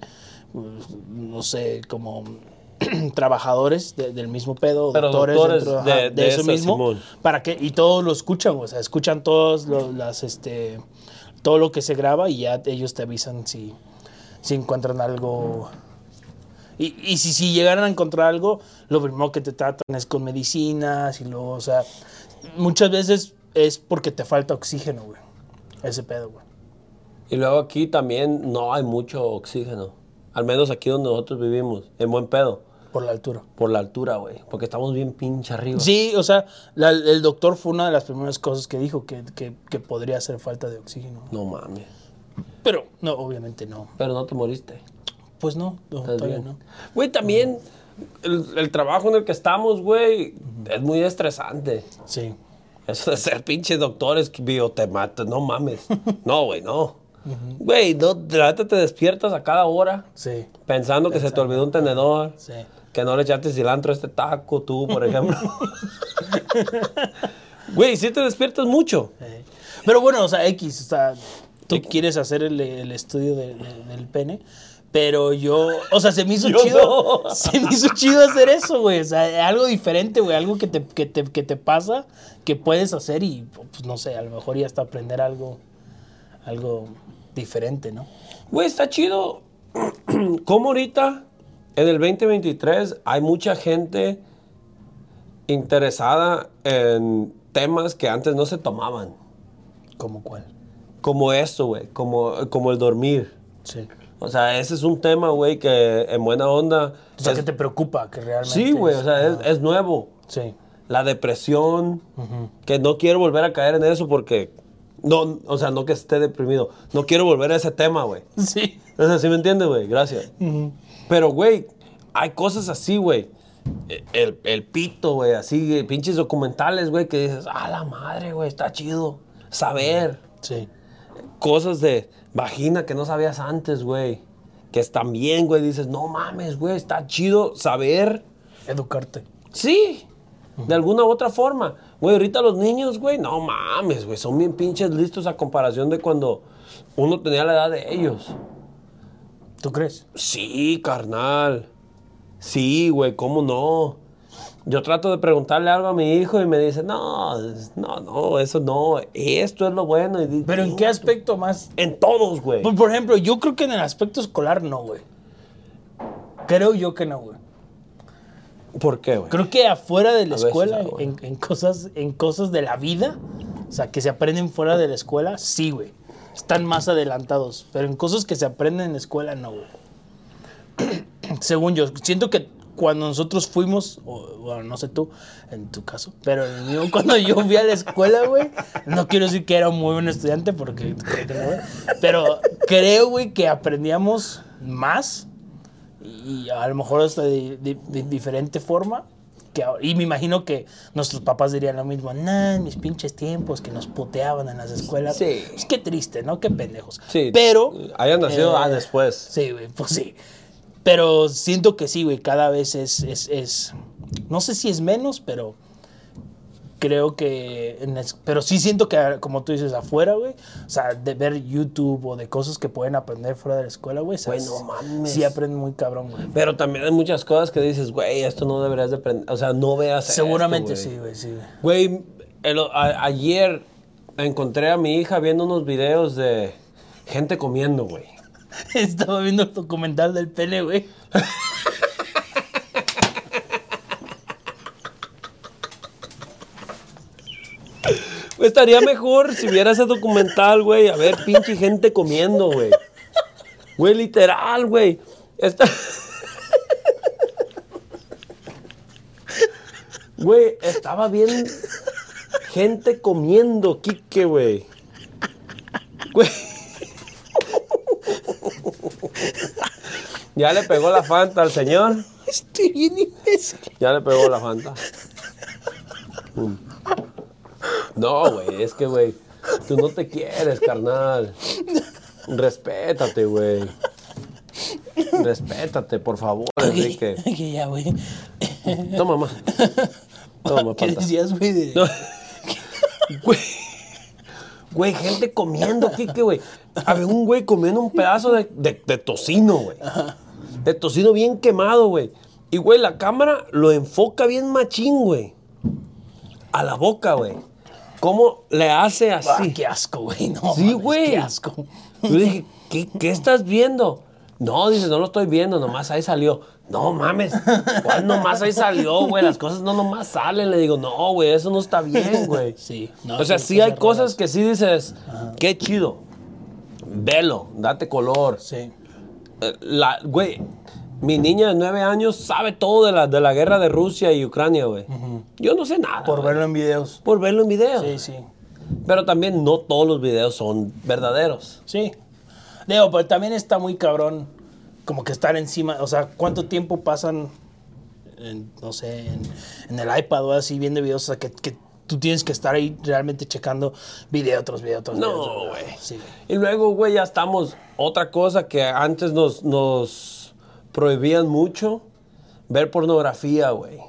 no sé, como trabajadores de- del mismo pedo,
Pero
doctores,
doctores
dentro, ajá,
de- de
eso
esas,
mismo,
Simón.
para que y todos lo escuchan, o sea, escuchan todos los, las, este, todo lo que se graba y ya ellos te avisan si, si encuentran algo. Y, y si, si llegaran a encontrar algo, lo primero que te tratan es con medicinas y luego, o sea, muchas veces es porque te falta oxígeno, güey. Ese pedo, güey.
Y luego aquí también no hay mucho oxígeno. Al menos aquí donde nosotros vivimos, en buen pedo.
Por la altura.
Por la altura, güey. Porque estamos bien pinche arriba.
Sí, o sea, la- el doctor fue una de las primeras cosas que dijo que, que- que podría hacer falta de oxígeno.
No mames.
Pero, no, obviamente no.
Pero no te moriste.
Pues no, no,
Estás
todavía
bien.
no.
Güey, también el, el trabajo en el que estamos, güey, es muy estresante.
Sí.
Eso de ser pinches doctores que biotematas, no mames. No, güey, no. Güey, no, la neta te despiertas a cada hora
Sí,
pensando que se te olvidó un tenedor,
sí.
que no le echaste cilantro a este taco, tú, por ejemplo. Güey, sí te despiertas mucho.
eh. Pero bueno, o sea, X, o sea, tú quieres hacer el, el estudio de- de- del pene, pero yo, o sea, se me hizo
Yo
chido,
no.
se me hizo chido hacer eso, güey, o sea, algo diferente, güey, algo que te, que, te, que te pasa, que puedes hacer y, pues, no sé, a lo mejor y hasta aprender algo, algo diferente, ¿no?
Güey, está chido. ¿Cómo ahorita, en el 2023, hay mucha gente interesada en temas que antes no se tomaban?
¿Como cuál?
Como esto, güey. Como, como el dormir.
Sí.
O sea, ese es un tema, güey, que en buena onda.
O sea,
es-
que te preocupa que realmente...
sí, güey, o
es-
sea, es, es nuevo.
Sí,
La depresión, que no quiero volver a caer en eso porque. No, o sea, no que esté deprimido. No quiero volver a ese tema, güey.
sí.
O sea, ¿sí me entiendes, güey? Gracias. Pero, güey, hay cosas así, güey. El, el pito, güey, así, eh, pinches documentales, güey, que dices, ah, la madre, güey, está chido. Saber
Sí.
cosas de vagina que no sabías antes, güey. Que están bien, güey, dices, no mames, güey, está chido saber.
Educarte.
Sí, de alguna u otra forma. Güey, ahorita los niños, güey, no mames, güey, son bien pinches listos a comparación de cuando uno tenía la edad de ellos.
¿Tú crees?
Sí, carnal. Sí, güey, ¿cómo no? Yo trato de preguntarle algo a mi hijo y me dice, no, es- no, no, eso no, esto es lo bueno. y di-
Pero ¿en qué aspecto más? Pues,
En todos, güey.
Por, por ejemplo, yo creo que en el aspecto escolar no, güey. Creo yo que no, güey.
¿Por qué, güey?
Creo que afuera de la
A veces,
escuela,
ah, güey.
en, en cosas, en cosas de la vida, o sea, que se aprenden fuera de la escuela, sí, güey. Están más adelantados. Pero en cosas que se aprenden en la escuela, no, güey. Según yo, siento que cuando nosotros fuimos, o, bueno, no sé tú, en tu caso, pero en el mío, cuando yo fui a la escuela, güey, no quiero decir que era un muy buen estudiante, porque creo que no, güey, pero creo, güey, que aprendíamos más y a lo mejor hasta de, de- de diferente forma. Que, ahora- y me imagino que nuestros papás dirían lo mismo, nah, en mis pinches tiempos que nos puteaban en las escuelas.
Sí.
Pues qué triste, ¿no? Qué pendejos.
Sí,
Pero... eh,
hayan nacido ah, después.
Sí, güey, pues sí. Pero siento que sí, güey, cada vez es, es, es- No sé si es menos, pero creo que... en es- pero sí siento que, como tú dices, afuera, güey, o sea, de ver YouTube o de cosas que pueden aprender fuera de la escuela, güey,
Güey,
¿sabes?
no mames.
Sí aprenden muy cabrón, güey.
Pero también hay muchas cosas que dices, güey, esto no deberías de aprender. O sea, no veas esto,
Seguramente
güey.
sí, güey, sí, güey.
Güey, el- a- ayer encontré a mi hija viendo unos videos de gente comiendo, güey.
Estaba viendo el documental del pene, güey.
Güey, Pues, Estaría mejor si viera ese documental, güey. A ver, pinche gente comiendo, güey. Güey, literal, güey. Está- Güey, estaba bien gente comiendo, Quique, güey. Güey. Ya le pegó la fanta al señor.
Estoy bien imbécil.
Ya le pegó la Fanta. Mm. No, güey, es que, güey, tú no te quieres, carnal. Respétate, güey. Respétate, por favor, Enrique.
Que ya, güey.
Toma, más. Toma,
¿Qué
Fanta.
decías, güey? de-
No. Güey. Güey, gente comiendo, Kike, güey. Había un güey comiendo un pedazo de, de- de tocino, güey. De tocino bien quemado, güey. Y, güey, la cámara lo enfoca bien machín, güey. A la boca, güey. ¿Cómo le hace
Ah,
así?
qué asco, güey. No,
Sí,
mames,
güey.
Qué asco.
Yo dije, ¿qué, qué estás viendo? No, dices, no lo estoy viendo, nomás ahí salió. No mames, ¿cuál nomás ahí salió, güey? Las cosas no nomás salen. Le digo, no, güey, eso no está bien, güey.
Sí, no,
o sea,
son
sí hay
cosas
cosas que sí dices, qué chido. Velo, date color.
Sí.
Eh, La, güey, mi niña de nueve años sabe todo de la, de la guerra de Rusia y Ucrania, güey. Yo no sé nada.
Por
güey.
verlo en videos.
por verlo en videos.
Sí, sí.
Pero también no todos los videos son verdaderos.
Sí. Digo, pero también está muy cabrón como que estar encima, o sea, ¿cuánto tiempo pasan, en, no sé, en, en el iPad o así viendo videos? O sea, que, que tú tienes que estar ahí realmente checando video tras video tras video.
No, güey.
Sí.
Y luego, güey, ya estamos. Otra cosa que antes nos, nos prohibían mucho, ver pornografía, güey.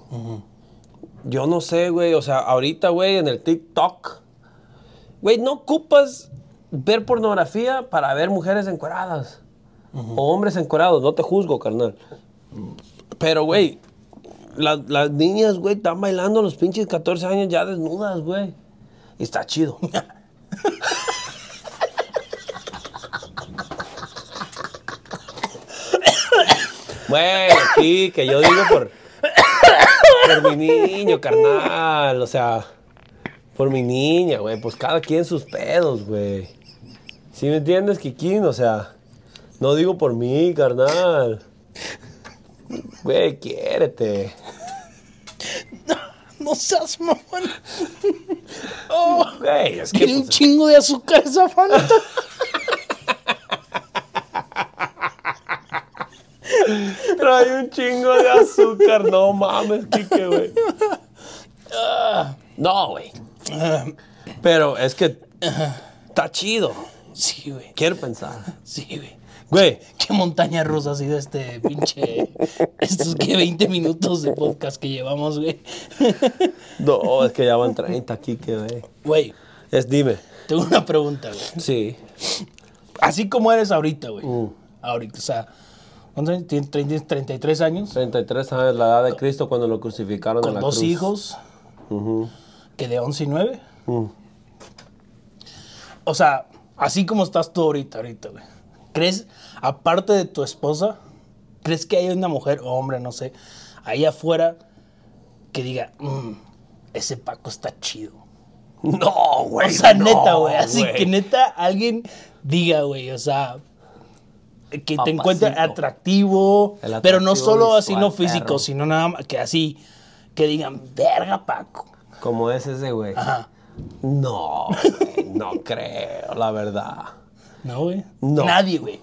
Yo no sé, güey. O sea, ahorita, güey, en el TikTok, güey, no ocupas ver pornografía para ver mujeres encueradas. O hombres encuerados. No te juzgo, carnal. Pero, güey, la- las niñas, güey, están bailando a los pinches 14 años ya desnudas, güey. Y está chido. Güey, sí, que yo digo por, por mi niño, carnal. O sea, por mi niña, güey. Pues cada quien sus pedos, güey. ¿Sí me entiendes, Kikín? O sea, no digo por mí, carnal. Güey, quiérete.
No seas mamón.
Güey, es que.
Tiene un
pues,
chingo de azúcar esa fanta.
trae un chingo de azúcar. No mames, Kike, güey. Ah, No, güey. Pero es que. Está chido.
Sí, güey.
Quiero pensar.
Sí, güey.
Güey,
Qué montaña rusa ha sido este pinche. Estos que 20 minutos de podcast que llevamos, güey.
no, es que ya van 30 aquí, que ve.
Güey,
Es dime.
tengo una pregunta, güey.
Sí.
Así como eres ahorita, güey.
Uh.
Ahorita, o sea, ¿cuántos años tienes? Tre- tienes 33 años,
33 años la edad de Cristo cuando lo crucificaron en
con
la
dos
cruz.
hijos, que de 11 y 9.
Mm.
O sea, así como estás tú ahorita, ahorita, güey. ¿Crees, aparte de tu esposa, crees que hay una mujer o hombre, no sé, ahí afuera que diga, "Mm, ese Paco está chido?
No, güey.
O sea,
no,
neta, güey. Así
güey.
que neta, alguien diga, güey, o sea, que te
Papacito.
encuentre atractivo,
El
pero no
atractivo
solo así,
visual,
no físico,
perro.
sino nada más que así, que digan, verga, Paco.
Como es ese, güey.
Ajá.
No, güey, no creo, la verdad.
No, güey.
No.
Nadie, güey.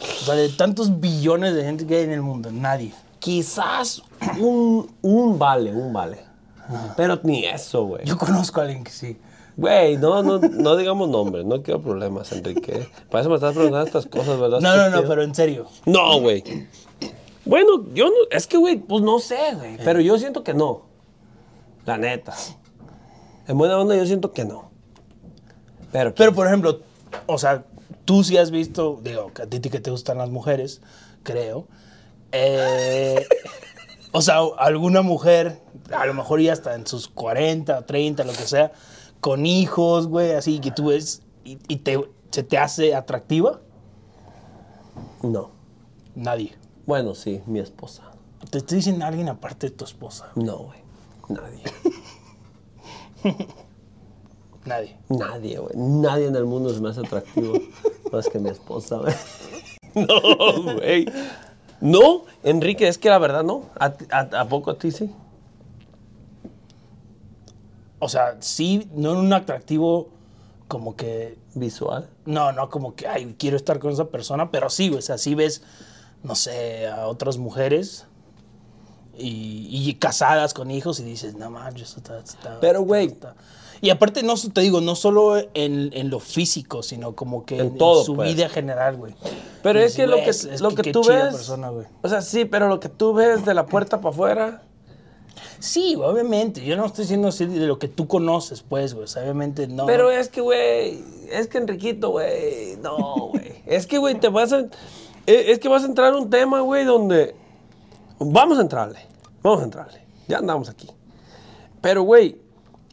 O sea, de tantos billones de gente que hay en el mundo, nadie.
Quizás un, un vale, un vale. Pero ni eso, güey.
Yo conozco a alguien que sí.
Güey, no, no, no digamos nombres, no quiero problemas, Enrique. Para eso me estás preguntando estas cosas, ¿verdad?
No, no, no,
estúpido?
pero en serio.
No, güey. Bueno, yo no. Es que, güey, pues no sé, güey. Pero yo siento que no. La neta. En buena onda, yo siento que no. Pero.
Pero, por ejemplo, o sea, tú sí has visto, digo, que a ti que te gustan las mujeres, creo. Eh, o sea, alguna mujer, a lo mejor ya está en sus 40, 30, lo que sea, con hijos, güey, así, que tú ves y, y te, se te hace atractiva,
No.
nadie.
Bueno, sí, mi esposa.
Te estoy diciendo a alguien aparte de tu esposa,
No, güey. Nadie.
nadie.
Nadie, güey. Nadie en el mundo es más atractivo más que mi esposa, güey. No, güey. No, Enrique, es que la verdad no. ¿A, ti- a- a poco a ti sí?
O sea, sí, no en un atractivo como que
Visual.
No, no como que, ay, quiero estar con esa persona, pero sí, güey, o sea, sí ves, no sé, a otras mujeres y, y casadas con hijos y dices, no manches, está... está-
Pero, güey.
está- Y aparte, no, so- te digo, no solo en, en lo físico, sino como que
En
en,
todo,
su
pues.
vida general, güey.
Pero
Y
es que
dices,
lo
güey,
que,
es- es
lo
que
que,
qué
tú
chida
ves.
persona, güey.
o sea, sí, pero lo que tú ves de la puerta para afuera.
Sí, güey, obviamente, yo no estoy diciendo así de lo que tú conoces, pues, güey, o sea, obviamente no.
Pero es que, güey. Es que Enriquito, güey. No, güey. es que, güey, te vas a. e- Es que vas a entrar a un tema, güey, donde. Vamos a entrarle. Vamos a entrarle. Ya andamos aquí. Pero, güey,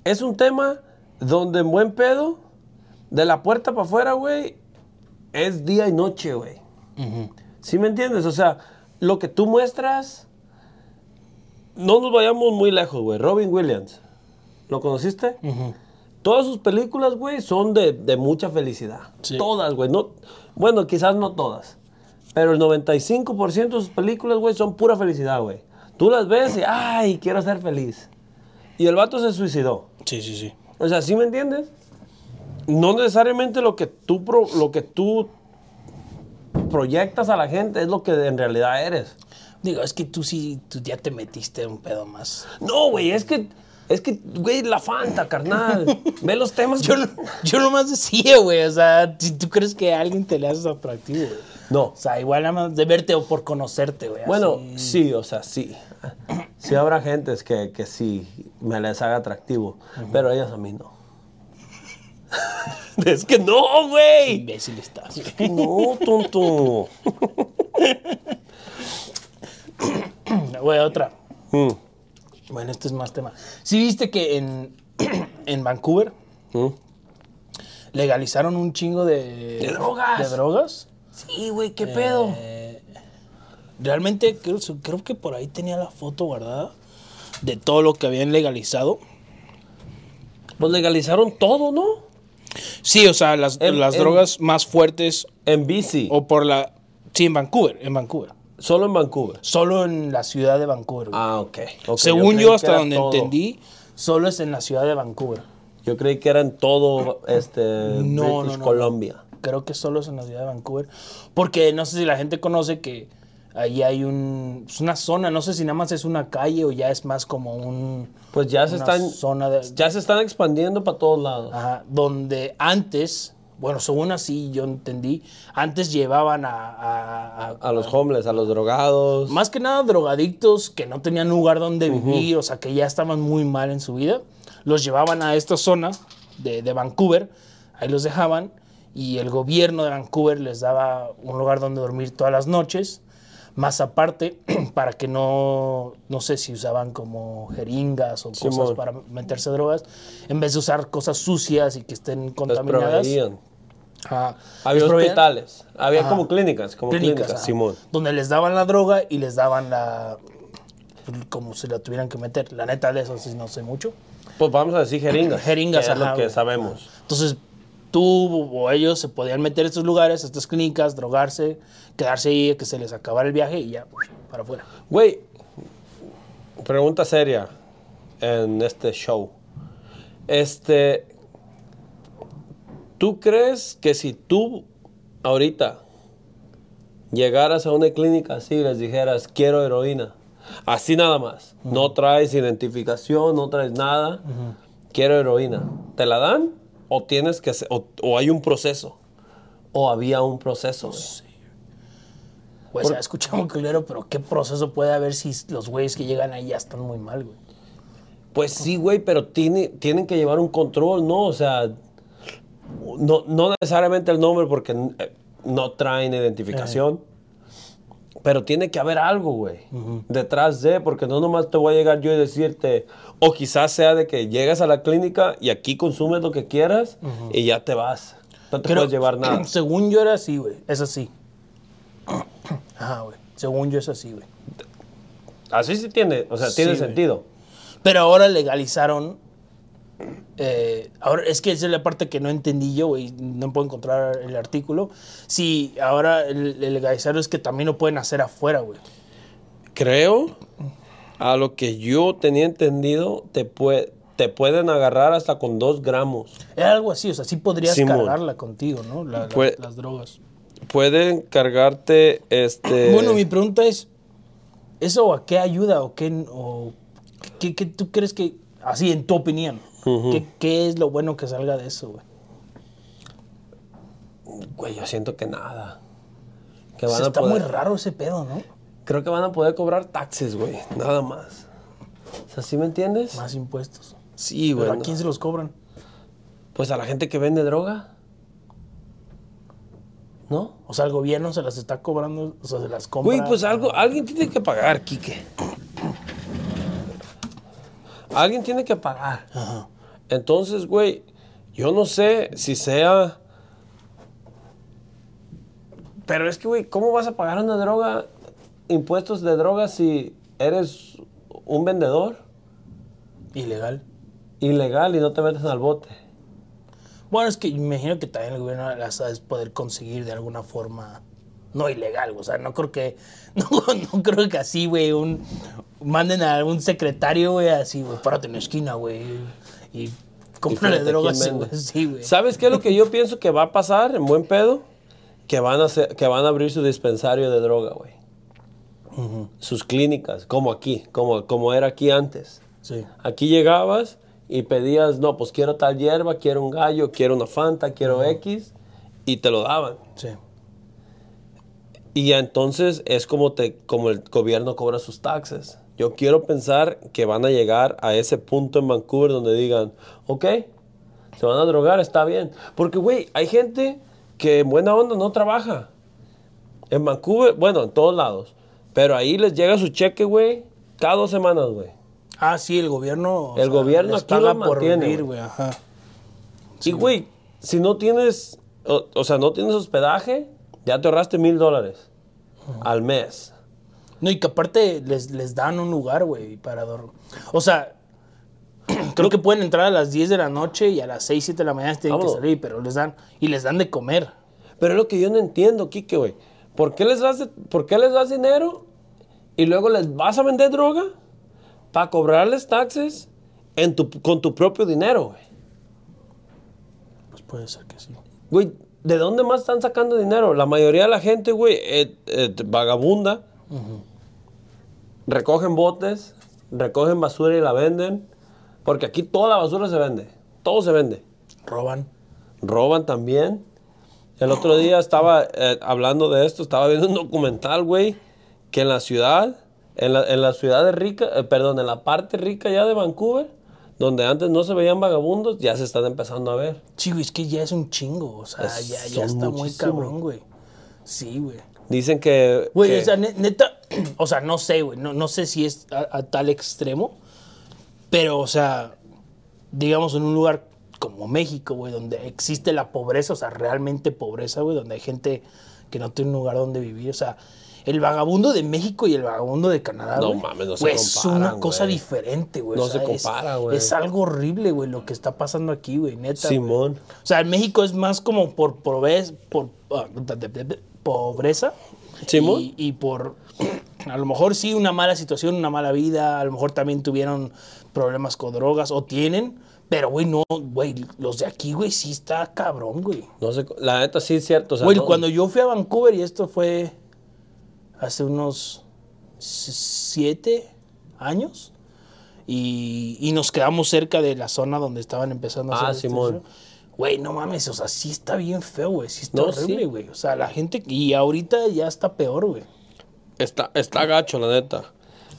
es un tema donde en buen pedo, de la puerta para afuera, güey, es día y noche, güey. ¿Sí me entiendes? O sea, lo que tú muestras, no nos vayamos muy lejos, güey. Robin Williams, ¿lo conociste? Todas sus películas, güey, son de, de mucha felicidad.
Sí.
Todas, güey. No, bueno, quizás no todas. Pero el 95% de sus películas, güey, son pura felicidad, güey. Tú las ves y, ay, quiero ser feliz. Y el vato se suicidó.
Sí, sí, sí.
O sea, ¿sí me entiendes? No necesariamente lo que tú, pro- lo que tú proyectas a la gente es lo que en realidad eres.
Digo, es que tú sí, tú ya te metiste en un pedo más.
No, güey, es que, es que, güey, la Fanta, carnal. Ve los temas.
Yo, no- yo nomás decía, güey, o sea, si tú crees que a alguien te le haces atractivo, güey.
No.
O sea, igual nada más de verte o por conocerte, güey.
Bueno,
así.
sí, o sea, sí. Sí habrá gentes que, que sí me les haga atractivo, pero ellas a mí no. es que no, güey.
imbécil estás. güey.
No, tonto.
Güey, otra.
Mm,
Bueno, este es más tema. Sí viste que en, en Vancouver
mm.
legalizaron un chingo de...
De drogas.
De drogas.
Sí, güey, qué pedo.
Eh, realmente creo, creo que por ahí tenía la foto guardada de todo lo que habían legalizado.
Pues legalizaron todo, ¿no?
Sí, o sea, las,
En-
las
en-
drogas más fuertes
En bici,
o por la... Sí, en Vancouver, en Vancouver.
solo en Vancouver.
Solo en la ciudad de Vancouver. güey.
Ah, ok. Ok,
Según
creí
yo,
que
hasta
era
donde
todo.
entendí, solo es en la ciudad de Vancouver.
Yo creí que eran todo este,
No,
British
no, no.
Columbia.
Creo que solo es en la ciudad de Vancouver. Porque no sé si la gente conoce que ahí hay un, es una zona, no sé si nada más es una calle o ya es más como un...
Pues ya se
una
están
Zona de,
ya se están expandiendo para todos lados.
Ajá, donde antes, bueno, según así yo entendí, antes llevaban a, a- a-
A los homeless, a los drogados.
más que nada drogadictos que no tenían lugar donde vivir, o sea, que ya estaban muy mal en su vida, los llevaban a esta zona de, de Vancouver, ahí los dejaban y el gobierno de Vancouver les daba un lugar donde dormir todas las noches, más aparte para que no, no sé si usaban como jeringas o cosas
Simón.
para meterse drogas, en vez de usar cosas sucias y que estén
los
contaminadas.
proveían.
Ajá.
Había
Les proveían-
hospitales. Había
Ajá.
como clínicas, como clínicas,
clínicas, ajá,
Simón.
Donde les daban la droga y les daban la. pues, como si la tuvieran que meter. La neta de eso sí no sé mucho.
Pues vamos a decir jeringas.
Jeringas,
que es
ajá,
lo que
güey.
sabemos.
Entonces tú o ellos se podían meter a estos lugares, a estas clínicas, drogarse, quedarse ahí, que se les acabara el viaje y ya, uy, para afuera.
Güey, pregunta seria en este show. Este, ¿tú crees que si tú ahorita llegaras a una clínica así y les dijeras, quiero heroína, así nada más, no traes identificación, no traes nada, quiero heroína, ¿te la dan? ¿O tienes que hacer- o, o hay un proceso? ¿O había un proceso? güey?
Pues se ha escuchado muy culero, pero ¿qué proceso puede haber si los güeyes que llegan ahí ya están muy mal, güey?
Pues sí, güey, pero tiene, tienen que llevar un control, ¿no? O sea, no, no necesariamente el nombre porque eh, no traen identificación, pero tiene que haber algo, güey, detrás de, porque no nomás te voy a llegar yo y decirte, o quizás sea de que llegas a la clínica y aquí consumes lo que quieras y ya te vas. No te
Creo-
puedes llevar nada.
Según yo era así, güey. Es así. Ajá, güey. Según yo es así, güey.
Así sí tiene, o sea, tiene
Sí, güey.
sentido.
Pero ahora legalizaron. eh, ahora es que esa es la parte que no entendí yo y no puedo encontrar el artículo. Sí, ahora el, el legalizaron es que también lo pueden hacer afuera, güey.
Creo, a lo que yo tenía entendido, te, pue- te pueden agarrar hasta con dos gramos.
Era algo así, o sea, sí podrías
Simón.
cargarla contigo, ¿no? La- la-
Pues-
las drogas.
Pueden cargarte este.
Bueno, mi pregunta es, ¿eso a qué ayuda o qué, o qué, qué tú crees que, así en tu opinión, ¿qué, qué es lo bueno que salga de eso, güey?
Güey, yo siento que nada. Que
O
van
sea,
a
está
poder-
muy raro ese pedo, ¿no?
Creo que van a poder cobrar taxes, güey. Nada más. O sea, ¿sí me entiendes?
Más impuestos.
Sí,
Pero
güey.
¿a quién se los cobran?
Pues a la gente que vende droga. ¿No?
O sea, el gobierno se las está cobrando, o sea, se las compra.
Güey, pues algo, alguien tiene que pagar, Quique. Alguien tiene que pagar.
Ajá.
Entonces, güey, yo no sé si sea Pero es que, güey, ¿cómo vas a pagar una droga, impuestos de droga, si eres un vendedor
Ilegal.
ilegal y no te metes al bote?
Bueno, es que me imagino que también el gobierno las ha de poder conseguir de alguna forma no ilegal, o sea, no creo que no, no creo que así, güey, un manden a algún secretario, güey, así, güey, párate en la esquina, güey, y cómprale
Fíjate
droga
quién
así,
vende.
güey, sí, güey.
¿Sabes qué es lo que yo pienso que va a pasar en buen pedo? Que van a, hacer- que van a abrir su dispensario de droga, güey. Sus clínicas, como aquí, como, como era aquí antes.
Sí.
Aquí llegabas y pedías, no, pues quiero tal hierba, quiero un gallo, quiero una fanta, quiero X, y te lo daban.
Sí.
Y ya entonces es como, te, como el gobierno cobra sus taxes. Yo quiero pensar que van a llegar a ese punto en Vancouver donde digan, ok, se van a drogar, está bien. Porque, güey, hay gente que en buena onda no trabaja. En Vancouver, bueno, en todos lados. Pero ahí les llega su cheque, güey, cada dos semanas, güey.
Ah, sí, el gobierno. o
El gobierno
les
aquí lo
paga por
mantiene,
vivir,
güey.
güey, ajá.
Y, güey, si no tienes, o, o sea, no tienes hospedaje, ya te ahorraste mil dólares al mes.
No, y que aparte les, les dan un lugar, güey, para dormir. O sea, creo que pueden entrar a las 10 de la noche y a las 6, 7 de la mañana tienen
Vámonos.
que salir, pero les dan, y les dan de comer.
Pero es lo que yo no entiendo, Kike, güey. ¿Por qué les das, por qué les das dinero y luego les vas a vender droga para cobrarles taxes en tu, con tu propio dinero, güey?
Pues puede ser que sí.
Güey, ¿de dónde más están sacando dinero? La mayoría de la gente, güey, eh, eh, vagabunda. Recogen botes, recogen basura y la venden. Porque aquí toda la basura se vende. Todo se vende.
Roban.
roban también. El otro día estaba eh, hablando de esto, estaba viendo un documental, güey, que en la ciudad, en la, en la ciudad de rica, eh, perdón, en la parte rica ya de Vancouver, donde antes no se veían vagabundos, ya se están empezando a ver.
Sí, güey, es que ya es un chingo. O sea,
Es-
ya, ya
son
está muy
muchísimo.
cabrón, güey. Sí, güey.
Dicen que...
Güey,
que-
o sea, ne- neta, o sea, no sé, güey, no, no sé si es a, a tal extremo, pero, o sea, digamos en un lugar como México, güey, donde existe la pobreza, o sea, realmente pobreza, güey, donde hay gente que no tiene un lugar donde vivir, o sea, el vagabundo de México y el vagabundo de Canadá,
No
güey,
mames, no se
güey, es
comparan,
una cosa
güey.
diferente, güey. o
No
sea,
se
es-
compara, güey.
Es algo horrible, güey, lo que está pasando aquí, güey, neta. güey.
Simón.
O sea, en México es más como por pobreza, por ah, de- de- de- pobreza
Simón.
y, y por a lo mejor sí una mala situación, una mala vida, a lo mejor también tuvieron problemas con drogas o tienen, pero güey no, güey, los de aquí, güey, sí está cabrón, güey.
No sé, la neta sí es cierto. o sea,
Güey,
no-
cuando yo fui a Vancouver y esto fue hace unos s- siete años y, y nos quedamos cerca de la zona donde estaban empezando a
Ah,
hacer este
Simón.
show. Güey, no mames, o sea, sí está bien feo, güey, sí está
No, sí.
horrible, güey. O sea, la gente, y ahorita ya está peor, güey.
Está, está gacho, la neta.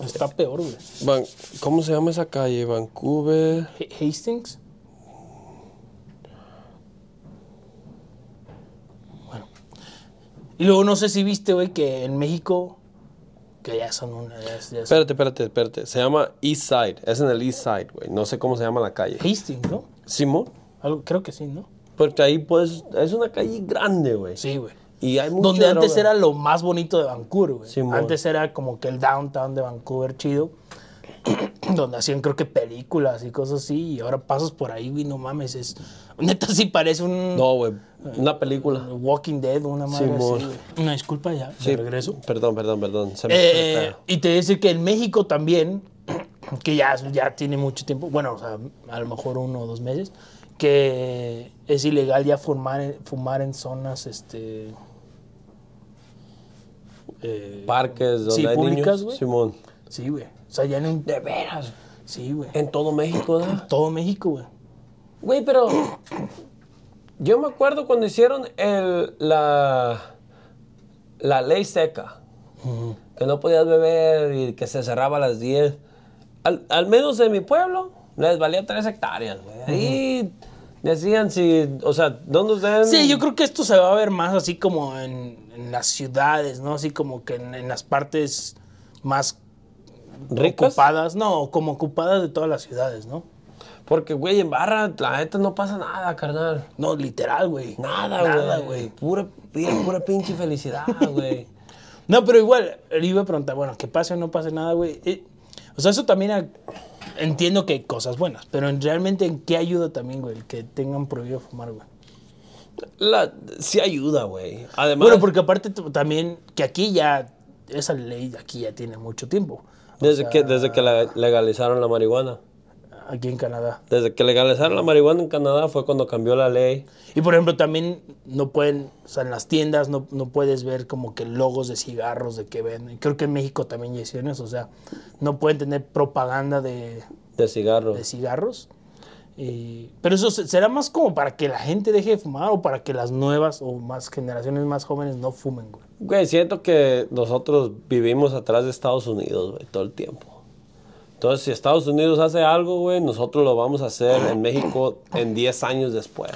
Está peor, güey.
Van- ¿Cómo se llama esa calle? Vancouver...
Ha- Hastings. Bueno. Y luego no sé si viste, güey, que en México, que ya son una... ya- ya son-
Espérate, espérate, espérate. Se llama East Side. Es en el East Side, güey. No sé cómo se llama la calle.
Hastings, ¿no?
Simón.
Algo, creo que sí, ¿no?
Porque ahí pues es una calle grande, güey.
Sí, güey.
Y hay mucha
Donde antes
droga.
era lo más bonito de Vancouver, güey.
Simón.
antes era como que el downtown de Vancouver chido. donde hacían creo que películas y cosas así. Y ahora pasas por ahí, güey, no mames. Es, neta sí parece un...
No, güey. Una película.
Walking Dead, una madre
Simón.
así. güey. Una disculpa ya, de
Sí.
regreso.
Perdón, perdón, perdón. Se me fue el
Eh,
pedo.
y te dice que en México también, que ya, ya tiene mucho tiempo, bueno, o sea, a lo mejor uno o dos meses, que es ilegal ya fumar, en- fumar en zonas, este... eh,
Parques donde
sí,
hay
públicas,
niños.
güey.
Simón.
Sí, güey. O sea, ya en un... De veras. Sí, güey.
En todo México, ¿verdad?
Todo México, güey.
Güey, pero... Yo me acuerdo cuando hicieron el, la, la ley seca. Que no podías beber y que se cerraba a las 10. Al, al menos en mi pueblo les valía 3 hectáreas, güey. Ahí decían si... O sea, no nos den...
Sí, yo creo que esto se va a ver más así como en, en las ciudades, ¿no? Así como que en, en las partes más
¿Ricas?
ocupadas, no, como ocupadas de todas las ciudades, ¿no?
Porque, güey, en barra, la neta no pasa nada, carnal.
No, literal, güey.
Nada, güey. Pura, pi- pura pinche felicidad, güey.
No, pero igual, le iba a preguntar, bueno, que pase o no pase nada, güey. Eh, o sea, eso también ah, entiendo que hay cosas buenas, pero en- realmente en qué ayuda también, güey, el que tengan prohibido fumar, güey.
La, sí ayuda, güey. Además,
Bueno, porque aparte t- también que aquí ya, esa ley de aquí ya tiene mucho tiempo,
desde, que, desde que la- legalizaron la marihuana.
aquí en Canadá.
Desde que legalizaron la marihuana en Canadá fue cuando cambió la ley.
Y por ejemplo, también no pueden, o sea, en las tiendas no, no puedes ver como que logos de cigarros de que venden. Creo que en México también ya hicieron eso, o sea, no pueden tener propaganda de,
De cigarro.
de cigarros. Y- pero eso se- será más como para que la gente deje de fumar o para que las nuevas o más generaciones más jóvenes no fumen, güey.
Güey, siento que nosotros vivimos atrás de Estados Unidos, güey, todo el tiempo. Entonces, si Estados Unidos hace algo, güey, nosotros lo vamos a hacer en México en 10 años después.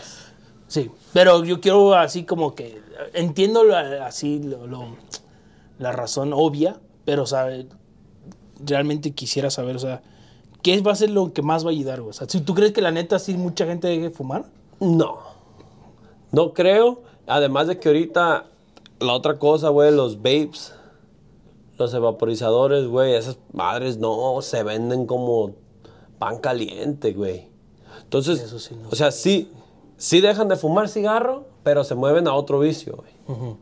Sí, pero yo quiero así como que entiendo la- así lo- lo- la razón obvia, pero o sea, realmente quisiera saber, o sea, ¿qué va a ser lo que más va a ayudar, güey? O sea, si tú crees que la neta sí mucha gente deje de fumar,
No. No creo. Además de que ahorita, la otra cosa, güey, los vapes, los evaporizadores, güey, esas madres no se venden como pan caliente, güey. Entonces,
Eso sí, no
o sea, sí, sí dejan de fumar cigarro, pero se mueven a otro vicio, güey.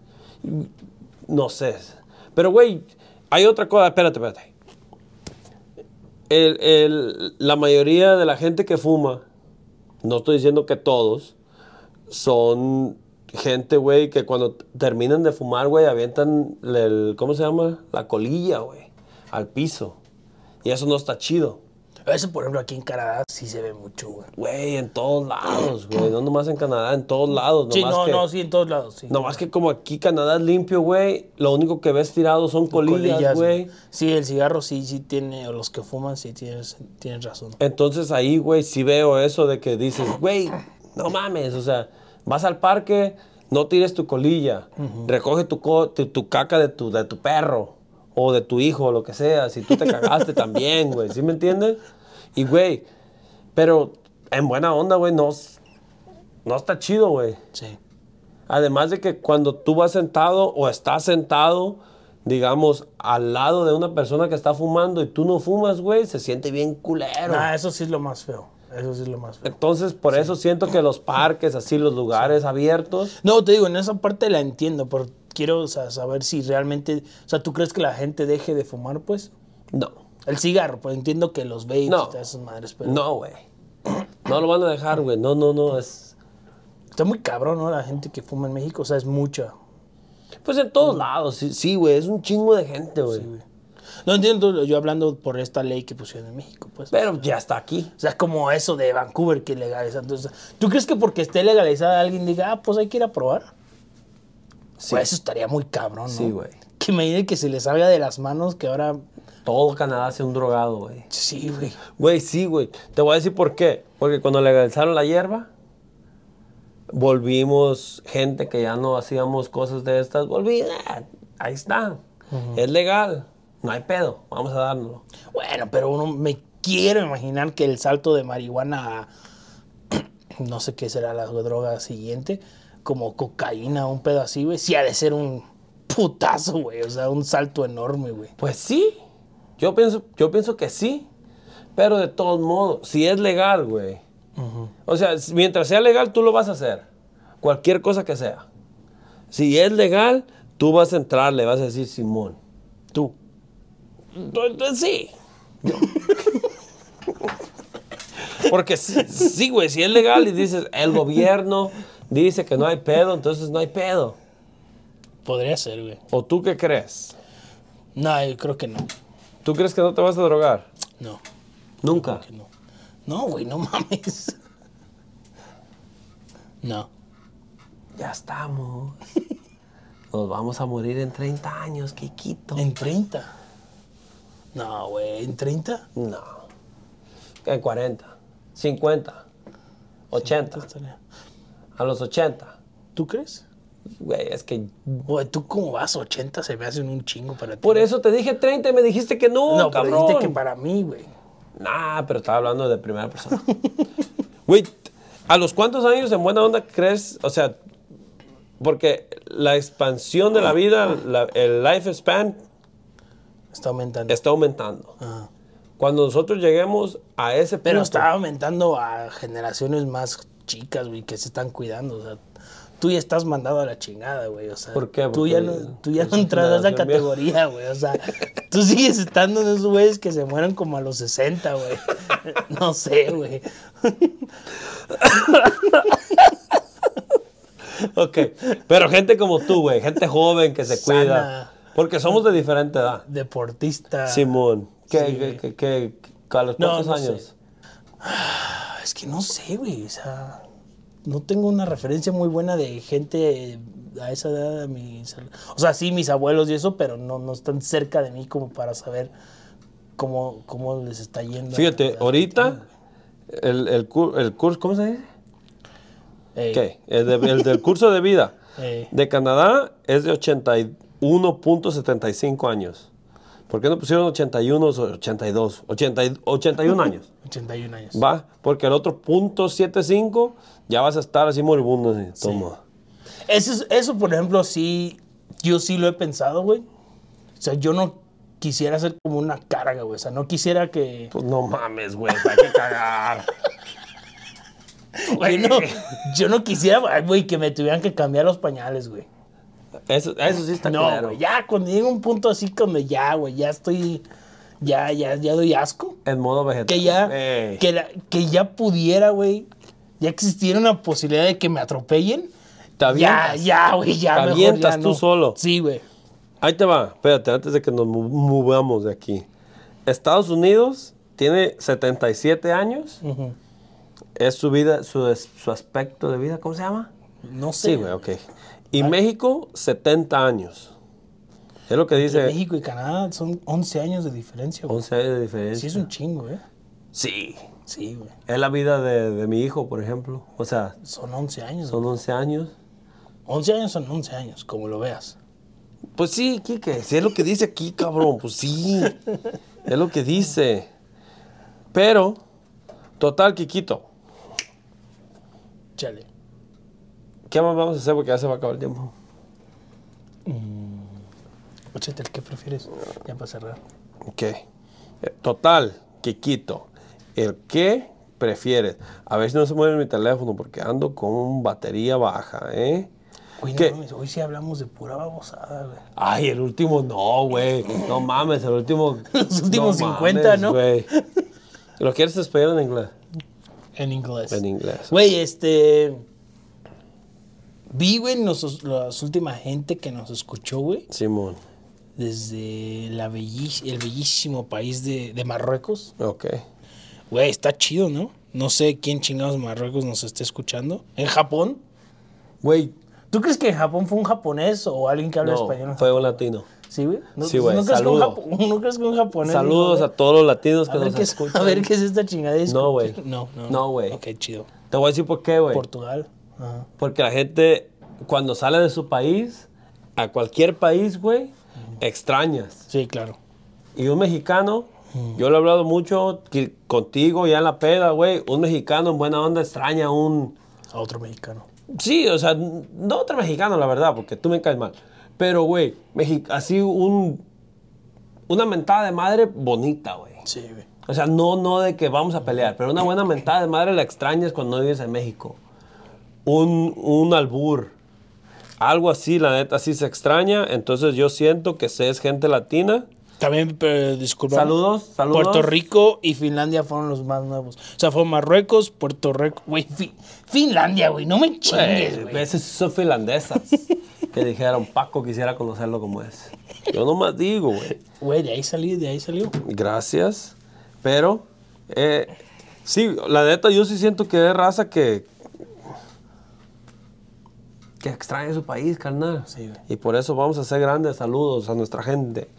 No sé. Pero, güey, hay otra cosa. Espérate, espérate. El- el- la mayoría de la gente que fuma, no estoy diciendo que todos, son gente, güey, que cuando t- terminan de fumar, güey, avientan el, ¿cómo se llama? La colilla, güey, al piso. Y eso no está chido.
eso por ejemplo aquí en Canadá sí se ve mucho, güey.
Güey, en todos lados, güey. No nomás en Canadá, en todos lados.
sí,
nomás
no,
que-
no, sí, en todos lados, sí.
Nomás que como aquí Canadá es limpio, güey, lo único que ves tirado son colillas, güey.
Sí, el cigarro sí, sí tiene, o los que fuman sí tienes, tienes razón.
Entonces ahí, güey, sí veo eso de que dices, güey, no mames, o sea, vas al parque, no tires tu colilla, recoge tu, co- tu, tu caca de tu, de tu perro o de tu hijo, o lo que sea, si tú te cagaste también, güey, ¿sí me entiendes? Y, güey, pero en buena onda, güey, no, s- no está chido, güey.
Sí.
Además de que cuando tú vas sentado o estás sentado, digamos, al lado de una persona que está fumando y tú no fumas, güey, se siente bien culero.
Nah, eso sí es lo más feo. Eso sí es lo más feo.
Entonces, por eso siento que los parques, así, los lugares abiertos,
No, te digo, en esa parte la entiendo, pero quiero o sea, saber si realmente, o sea, ¿tú crees que la gente deje de fumar, pues?
no,
El cigarro, pues entiendo que los vapes
No.
y todas esas madres, pero
pues, no, güey. No lo van a dejar, güey. No, no, no. Es...
está muy cabrón, ¿no? La gente que fuma en México, o sea, es mucha.
Pues en todos lados, sí- sí, güey. es un chingo de gente, güey.
No entiendo, yo hablando por esta ley que pusieron en México, pues.
Pero ya está aquí.
O sea, es como eso de Vancouver que legalizan. Entonces, ¿tú crees que porque esté legalizada alguien diga, ah, pues hay que ir a probar?
Sí,
Pues eso estaría muy cabrón, ¿no?
Sí, güey.
Que me diga que se le salga de las manos, que ahora.
todo Canadá sea un drogado, güey.
Sí, güey.
Güey, sí, güey. Te voy a decir por qué. Porque cuando legalizaron la hierba, volvimos gente que ya no hacíamos cosas de estas. Volví, ah, ahí está. Es legal. No hay pedo. Vamos a dárnoslo.
Bueno, pero uno me quiero imaginar que el salto de marihuana a no sé qué será la droga siguiente, como cocaína, un pedo así, güey, sí ha de ser un putazo, güey, o sea, un salto enorme, güey.
Pues sí. Yo pienso, yo pienso que sí. Pero de todos modos, si es legal, güey. O sea, si- mientras sea legal, tú lo vas a hacer. Cualquier cosa que sea. Si es legal, tú vas a entrar, le vas a decir Simón.
Tú.
Entonces, sí. Porque sí, sí, güey, si es legal y dices, el gobierno dice que no hay pedo, entonces no hay pedo.
Podría ser, güey.
¿O tú qué crees?
No, yo creo que no.
¿Tú crees que no te vas a drogar?
No,
Nunca.
que no. No, güey, no mames. No.
Ya estamos. Nos vamos a morir en 30 años, ¿qué quito?
En 30. No, güey, en 30.
No. En 40, 50, 80,
Estaría-
a los 80.
¿Tú crees?
Güey, es que...
Güey, ¿tú cómo vas? 80 se me hacen un chingo para ti.
Por eso te dije 30 y me dijiste que no,
No, pero
cabrón.
dijiste que para mí, güey.
Nah, pero estaba hablando de primera persona. Güey, ¿a los cuántos años en buena onda crees? O sea, porque la expansión de la vida, la- el lifespan,
Está aumentando.
está aumentando. Cuando nosotros lleguemos a ese punto.
Pero está aumentando a generaciones más chicas, güey, que se están cuidando. O sea, tú ya estás mandado a la chingada, güey. O sea,
¿Por qué?
tú ya
Porque
no, tú ya
es
no entras a esa
generación vieja.
categoría, güey. O sea, tú sigues estando en esos güeyes que se mueren como a los 60, güey. No sé, güey.
Ok. Pero gente como tú, güey, gente joven que se
Sana.
cuida. Porque somos de diferente edad.
Deportista.
Simón, ¿qué,
Sí,
qué-
güey.
qué- qué- qué- a los
No,
cuántos
no sé.
años?
Ah, Es que no sé, güey. O sea, no tengo una referencia muy buena de gente a esa edad. A mis, o sea, sí, mis abuelos y eso, pero no, no están cerca de mí como para saber cómo, cómo les está yendo.
Fíjate, ahorita, el, el, cu- el curso, ¿cómo se dice?
Eh,
¿Qué? El, de- el del curso de vida
eh,
de Canadá es de 81.75 años. ¿Por qué no pusieron 81 o 82? 80 y- 81 años.
81 años.
Va, porque el otro punto 75 ya vas a estar así moribundo. así, Toma.
Eso, es- eso, por ejemplo, sí, yo sí lo he pensado, güey. O sea, yo no quisiera ser como una carga, güey. O sea, no quisiera que...
Pues no mames, güey, hay que cagar.
Güey, no, yo no quisiera, ay, güey, que me tuvieran que cambiar los pañales, güey.
Eso, eso sí está
No,
culero.
güey, ya, cuando llega un punto así como ya, güey, ya estoy, ya, ya, ya doy asco.
En modo vegetal.
Que ya,
Ey.
que, la- que ya pudiera, güey, ya existiera una posibilidad de que me atropellen.
Te
Ya,
avientas.
ya, güey, ya.
Te
mejor
avientas
ya
tú
no.
solo.
Sí, güey.
Ahí te va, espérate, antes de que nos mu- movamos de aquí. Estados Unidos tiene 77 años. Es su vida, su, es- su aspecto de vida, ¿cómo se llama?
No sé.
Sí, güey, ok. Y México, 70 años. Es lo que
Entre
dice
México y Canadá son 11 años de diferencia, güey.
11 años de
Sí,
diferencia.
es un chingo, ¿eh?
Sí,
Sí, güey.
es la vida de, de mi hijo, por ejemplo. O sea,
Son 11 años. güey.
son 11 años.
11 años son 11 años, como lo veas.
Pues sí, Kike, si es lo que dice aquí, cabrón, pues sí. Es lo que dice. Pero, total, Kikito,
Chale.
¿qué más vamos a hacer? Porque ya se va a acabar el tiempo.
Ochete, ¿qué prefieres? Ya para cerrar.
Ok. Eh, Total, Kikito, ¿el qué prefieres? A ver si no se mueve mi teléfono porque ando con batería baja, ¿eh?
Güey, no
¿Qué?
mames, hoy sí hablamos de pura babosada, güey.
Ay, el último no, güey. No mames, el último.
Los últimos
no mames,
50, ¿no?
güey. ¿Lo quieres despedir en inglés?
En inglés.
En inglés.
Güey, este. Vi, güey, nos- las últimas gente que nos escuchó, güey,
Simón.
desde la bellis- el bellísimo país de, de Marruecos.
Ok.
Güey, está chido, ¿no? No sé quién chingados de Marruecos nos está escuchando. ¿En Japón?
Güey,
¿Tú crees que en Japón fue un japonés o alguien que habla
no,
español? en
fue
Japón?
un latino.
Sí, güey. ¿No,
Sí, güey,
¿no crees que un
saludo.
japo- ¿No crees que un japonés?
Saludos
dijo,
a todos los latinos
güey?
que
A ver,
nos
qué es,
escuchan.
a ver qué es esta chingada.
No, güey.
No, no.
No, güey.
Ok, chido.
Te voy a decir por qué, güey.
Portugal. Ajá.
Porque la gente, cuando sale de su país, a cualquier país, güey, extrañas.
Sí, claro.
Y un mexicano,
Mm.
yo lo he hablado mucho que- contigo ya en la peda, güey. Un mexicano en buena onda extraña a un.
A otro mexicano.
Sí, o sea, no otro mexicano, la verdad, porque tú me caes mal. Pero, güey, mexi- así un. Una mentada de madre bonita, güey.
Sí, güey.
O sea, no, no de que vamos a pelear, pero una buena mentada de madre la extrañas cuando no vives en México. Un, un albur, algo así, la neta, así se extraña. Entonces yo siento que se es gente latina.
También, pero, disculpa.
Saludos, saludos.
Puerto Rico y Finlandia fueron los más nuevos. O sea, fue Marruecos, Puerto Rico. Güey, Fi- Finlandia, güey. No me chingues,
Güey,
güey.
Eh, Esas son finlandesas que dijeron, Paco quisiera conocerlo como es. Yo nomás digo, güey.
Güey, de ahí salió, de ahí salió.
Gracias. Pero, eh, sí, la neta, yo sí siento que es raza que. que extraña su país, carnal.
Sí, güey.
y por eso vamos a hacer grandes saludos a nuestra gente.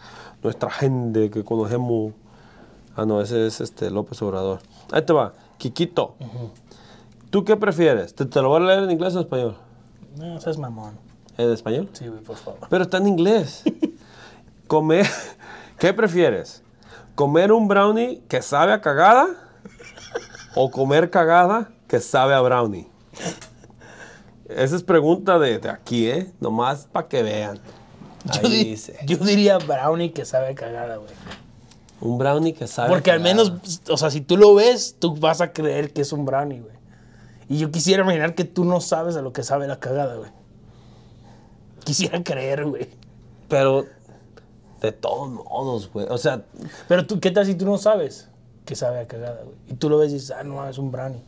Nuestra gente que conocemos. Ah, no, ese es este López Obrador. Ahí te va, Kikito. ¿Tú qué prefieres? ¿Te, te lo voy a leer en inglés o en español?
No, seas mamón.
¿En español?
Sí, güey, por favor.
Pero está en inglés. Comer. ¿Qué prefieres? comer un brownie que sabe a cagada o comer cagada que sabe a brownie. Esa es pregunta de, de aquí, ¿eh? Nomás para que vean. Ahí
Yo, di-
dice.
yo diría brownie que sabe a cagada, güey.
Un brownie que sabe a
Porque al
cagada.
menos, o sea, si tú lo ves, tú vas a creer que es un brownie, güey. Y yo quisiera imaginar que tú no sabes a lo que sabe la cagada, güey. Quisiera creer, güey.
Pero de todos modos, güey. O sea,
Pero tú, ¿qué tal si tú no sabes que sabe a cagada, güey? Y tú lo ves y dices, ah, no, es un brownie.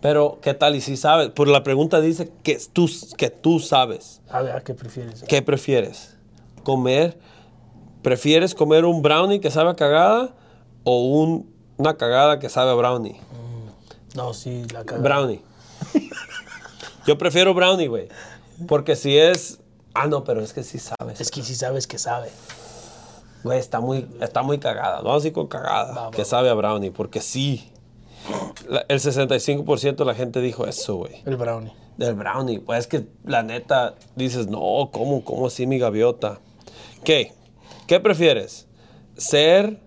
pero ¿qué tal? Y si sabes, por la pregunta dice que tú, que tú sabes.
A ver, ¿a ¿qué prefieres?
¿Qué prefieres? ¿Comer? ¿Prefieres comer un brownie que sabe a cagada o un- una cagada que sabe a brownie?
No, sí, la cagada.
Brownie. Yo prefiero brownie, güey. Porque si es... Ah, no, pero es que sí sabes.
es que si sabes que sabe.
Güey, está muy, está muy cagada. Vamos a ir con cagada.
Va, va,
que
va.
sabe a brownie, porque sí. La- el 65% de la gente dijo eso, güey.
El brownie.
Del brownie. Pues es que la neta dices, no, ¿cómo? ¿Cómo así mi gaviota? ¿Qué? ¿Qué prefieres? ¿Ser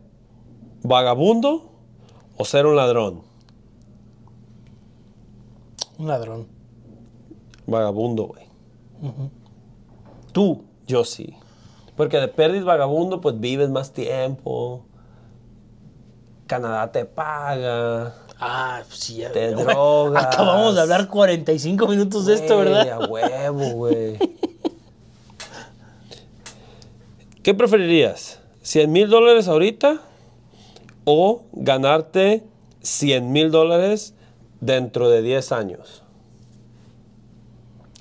vagabundo o ser un ladrón?
Un ladrón.
Vagabundo, güey. Tú, yo sí. Porque de perdiz vagabundo, pues vives más tiempo. Canadá te paga.
Ah, pues sí, ya.
Te
güey.
drogas.
Acabamos de hablar 45 minutos de esto,
Güey,
¿verdad?
A huevo, güey. ¿Qué preferirías? ¿100 mil dólares ahorita o ganarte 100 mil dólares dentro de 10 años?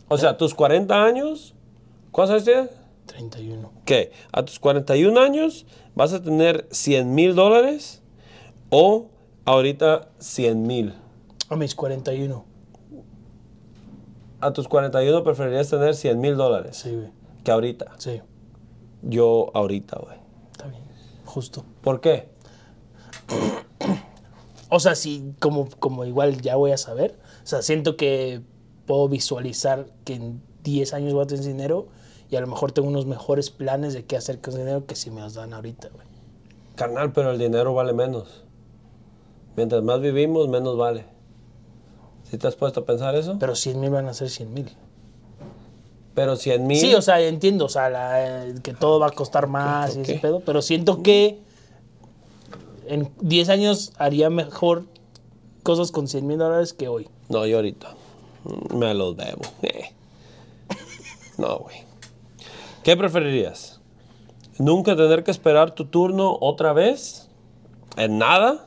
O sea, tus 40 años, ¿cuántos años tienes?
31.
¿Qué? A tus 41 años vas a tener 100 mil dólares o ahorita 100 mil.
A mis 41.
A tus 41 preferirías tener 100 mil dólares.
Sí, güey.
que ahorita.
Sí,
Yo ahorita, güey.
está bien. Justo.
¿Por qué?
O sea, sí, como, como igual ya voy a saber. O sea, siento que puedo visualizar que en 10 años voy a tener dinero y a lo mejor tengo unos mejores planes de qué hacer con ese dinero que si me los dan ahorita, güey.
Carnal, pero el dinero vale menos. Mientras más vivimos, menos vale. ¿Sí te has puesto a pensar eso?
Pero 100 mil van a ser 100 mil.
Pero 100 mil...
Sí, o sea, entiendo, o sea, la- eh, que todo va a costar más y ese
ok.
pedo, pero siento que en 10 años haría mejor cosas con 100 mil dólares que hoy.
No, yo ahorita. Mm, Me los bebo. Eh. No, güey. ¿Qué preferirías? ¿Nunca tener que esperar tu turno otra vez? ¿En nada?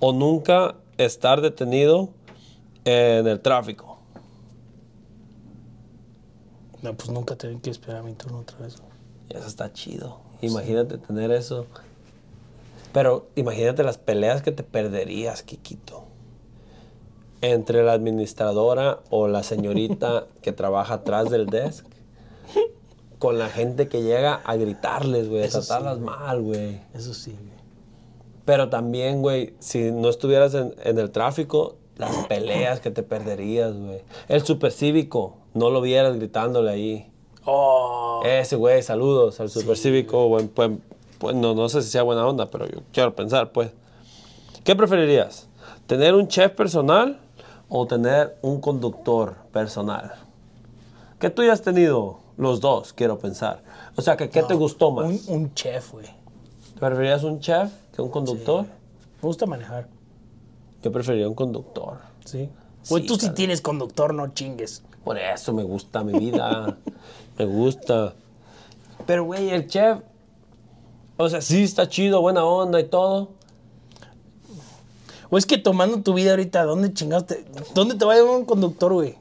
¿O nunca estar detenido en el tráfico?
No, pues nunca tengo que esperar mi turno otra vez. güey.
Eso está chido. Imagínate tener eso. Pero imagínate las peleas que te perderías, Kikito. Entre la administradora o la señorita que trabaja atrás del desk. Con la gente que llega a gritarles, güey, a
Eso sí,
tratarlas mal, güey.
Eso sí, güey.
Pero también, güey, si no estuvieras en, en el tráfico, las peleas que te perderías, güey. El supercívico, no lo vieras gritándole ahí.
Oh,
Ese Eh, güey, saludos al Supercívico. buen- buen- buen- no, no sé si sea buena onda, pero yo quiero pensar, pues. ¿Qué preferirías? ¿Tener un chef personal o tener un conductor personal? Que tú ya has tenido los dos, quiero pensar. O sea, que ¿qué te gustó más?
un, un chef, güey. Me
¿Preferirías un chef que un conductor?
gusta manejar,
Yo preferiría un conductor.
¿sí? Güey,
Sí,
tú si
claro.
tienes conductor, no chingues.
Por eso me gusta mi vida. me gusta. Pero, güey, el chef. O sea, sí está chido, buena onda y todo.
O es que tomando tu vida ahorita, ¿dónde chingaste? ¿Dónde te va a llevar un conductor, güey?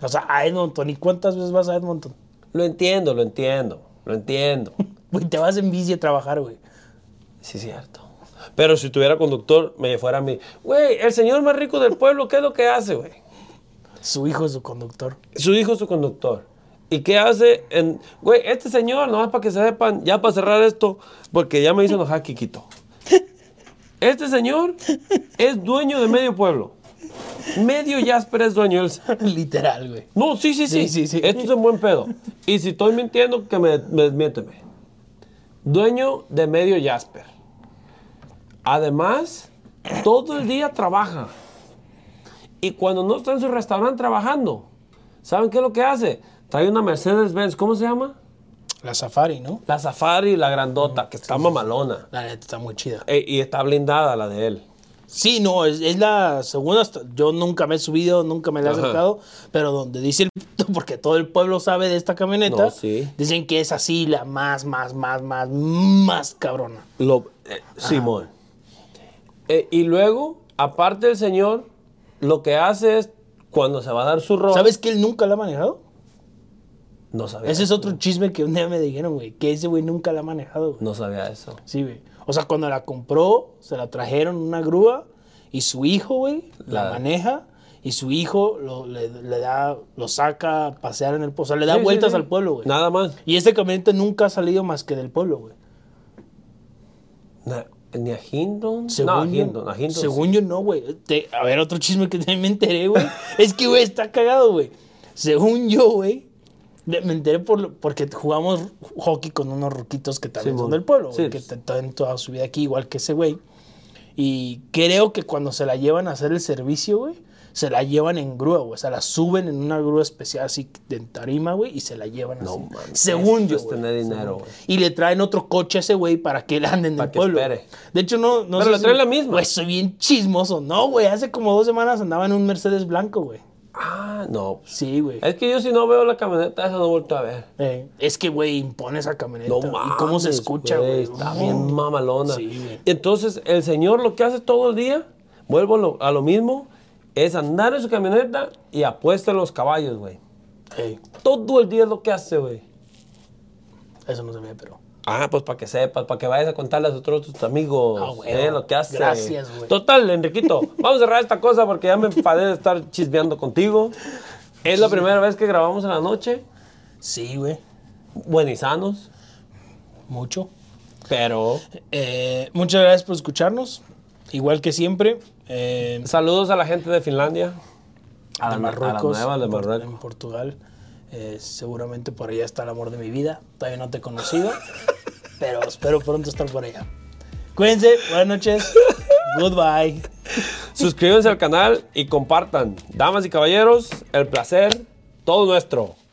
O sea, a Edmonton. ¿Y cuántas veces vas a Edmonton?
Lo entiendo, lo entiendo, lo entiendo.
Güey, te vas en bici a trabajar, güey.
Sí, cierto. Pero si tuviera conductor, me fuera a mí. Güey, el señor más rico del pueblo, ¿qué es lo que hace, güey?
Su hijo es su conductor.
Su hijo es su conductor. ¿Y qué hace? En... Güey, este señor, nomás para que sepan, ya para cerrar esto, porque ya me hizo enojar Kikito. Este señor es dueño de medio pueblo. Medio Jasper es dueño. del-
Literal, güey.
No, sí, sí, sí.
Sí, sí, sí.
Esto es un buen pedo. Y si estoy mintiendo, que me, me desmiénteme. Dueño de medio Jasper. Además, todo el día trabaja. Y cuando no está en su restaurante trabajando, ¿saben qué es lo que hace? Trae una Mercedes-Benz, ¿cómo se llama?
La Safari, ¿no?
La Safari, la grandota, que está mamalona.
La neta está muy chida.
E- y está blindada la de él.
Sí, no, es, es la segunda. hasta- Yo nunca me he subido, nunca me la he
Ajá.
acercado. Pero donde dice el pito, porque todo el pueblo sabe de esta camioneta,
No, sí.
dicen que es así la más, más, más, más, más cabrona.
Lo, eh, Simón. Eh, y luego, aparte el señor, lo que hace es, cuando se va a dar su rol,
¿Sabes que él nunca la ha manejado?
No sabía.
Ese es otro chisme que un día me dijeron, güey, que ese güey nunca la ha manejado, güey.
No sabía eso.
Sí, güey. O sea, cuando la compró, se la trajeron en una grúa y su hijo, güey, la,
La-
maneja y su hijo lo, le, le da, lo saca a pasear en el pueblo. O sea, le da
Sí, sí,
vueltas
sí.
al pueblo, güey.
Nada más.
Y este camioneta nunca ha salido más que del pueblo, güey.
Na- ni a Hinton. no, a
Según,
Hinton.
yo,
A Hinton
según yo no, güey. Te- A ver, otro chisme que también me enteré, güey. es que, güey, está cagado, güey. Según yo, güey, de- me enteré por, lo- porque jugamos hockey con unos ruquitos que también
Sí,
son
mon.
del pueblo, güey,
Sí.
que están toda su vida aquí, igual que ese güey. Y creo que cuando se la llevan a hacer el servicio, güey, se la llevan en grúa, güey. O sea, la suben en una grúa especial así de tarima, güey, y se la llevan
No
así.
mames,
Según
eso
yo,
es
güey.
tener dinero,
Según-
güey.
Y le traen otro coche a ese güey para que él ande en
Para
el
que
pueblo.
espere.
De hecho, no, no
Pero
sé
le
si-
traen la misma.
Güey, soy bien chismoso. No, güey, hace como dos semanas andaba en un Mercedes blanco, güey.
Ah, no.
Sí, güey.
Es que yo si no veo la camioneta, esa no vuelto a ver.
Eh, es que, güey, impone esa camioneta.
No
¿Y cómo
mames,
se escucha, güey?
Está
Mm.
bien mamalona.
Sí, güey.
Entonces, el señor lo que hace todo el día, vuelvo a lo, a lo mismo, es andar en su camioneta y apuesta en los caballos, güey.
Ey,
Todo el día es lo que hace, güey.
eso no se ve, pero.
Ah, pues para que sepas, para que vayas a contarle a tus otros tus amigos
Ah, güey.
eh, lo que hace.
Gracias, güey.
Total, Enriquito, vamos a cerrar esta cosa porque ya me enfadé de estar chismeando contigo. Es la primera vez que grabamos en la noche,
Sí, güey.
buenizanos,
Mucho.
pero
Eh, muchas gracias por escucharnos. Igual que siempre. eh,
saludos a la gente de Finlandia.
de
la-
Marruecos,
a la nueva de
en Por-
Marruecos.
en Portugal. Eh, seguramente por allá está el amor de mi vida. Todavía no te he conocido, pero espero pronto estar por allá. Cuídense, buenas noches. Goodbye.
Suscríbanse al canal y compartan. Damas y caballeros, el placer, todo nuestro.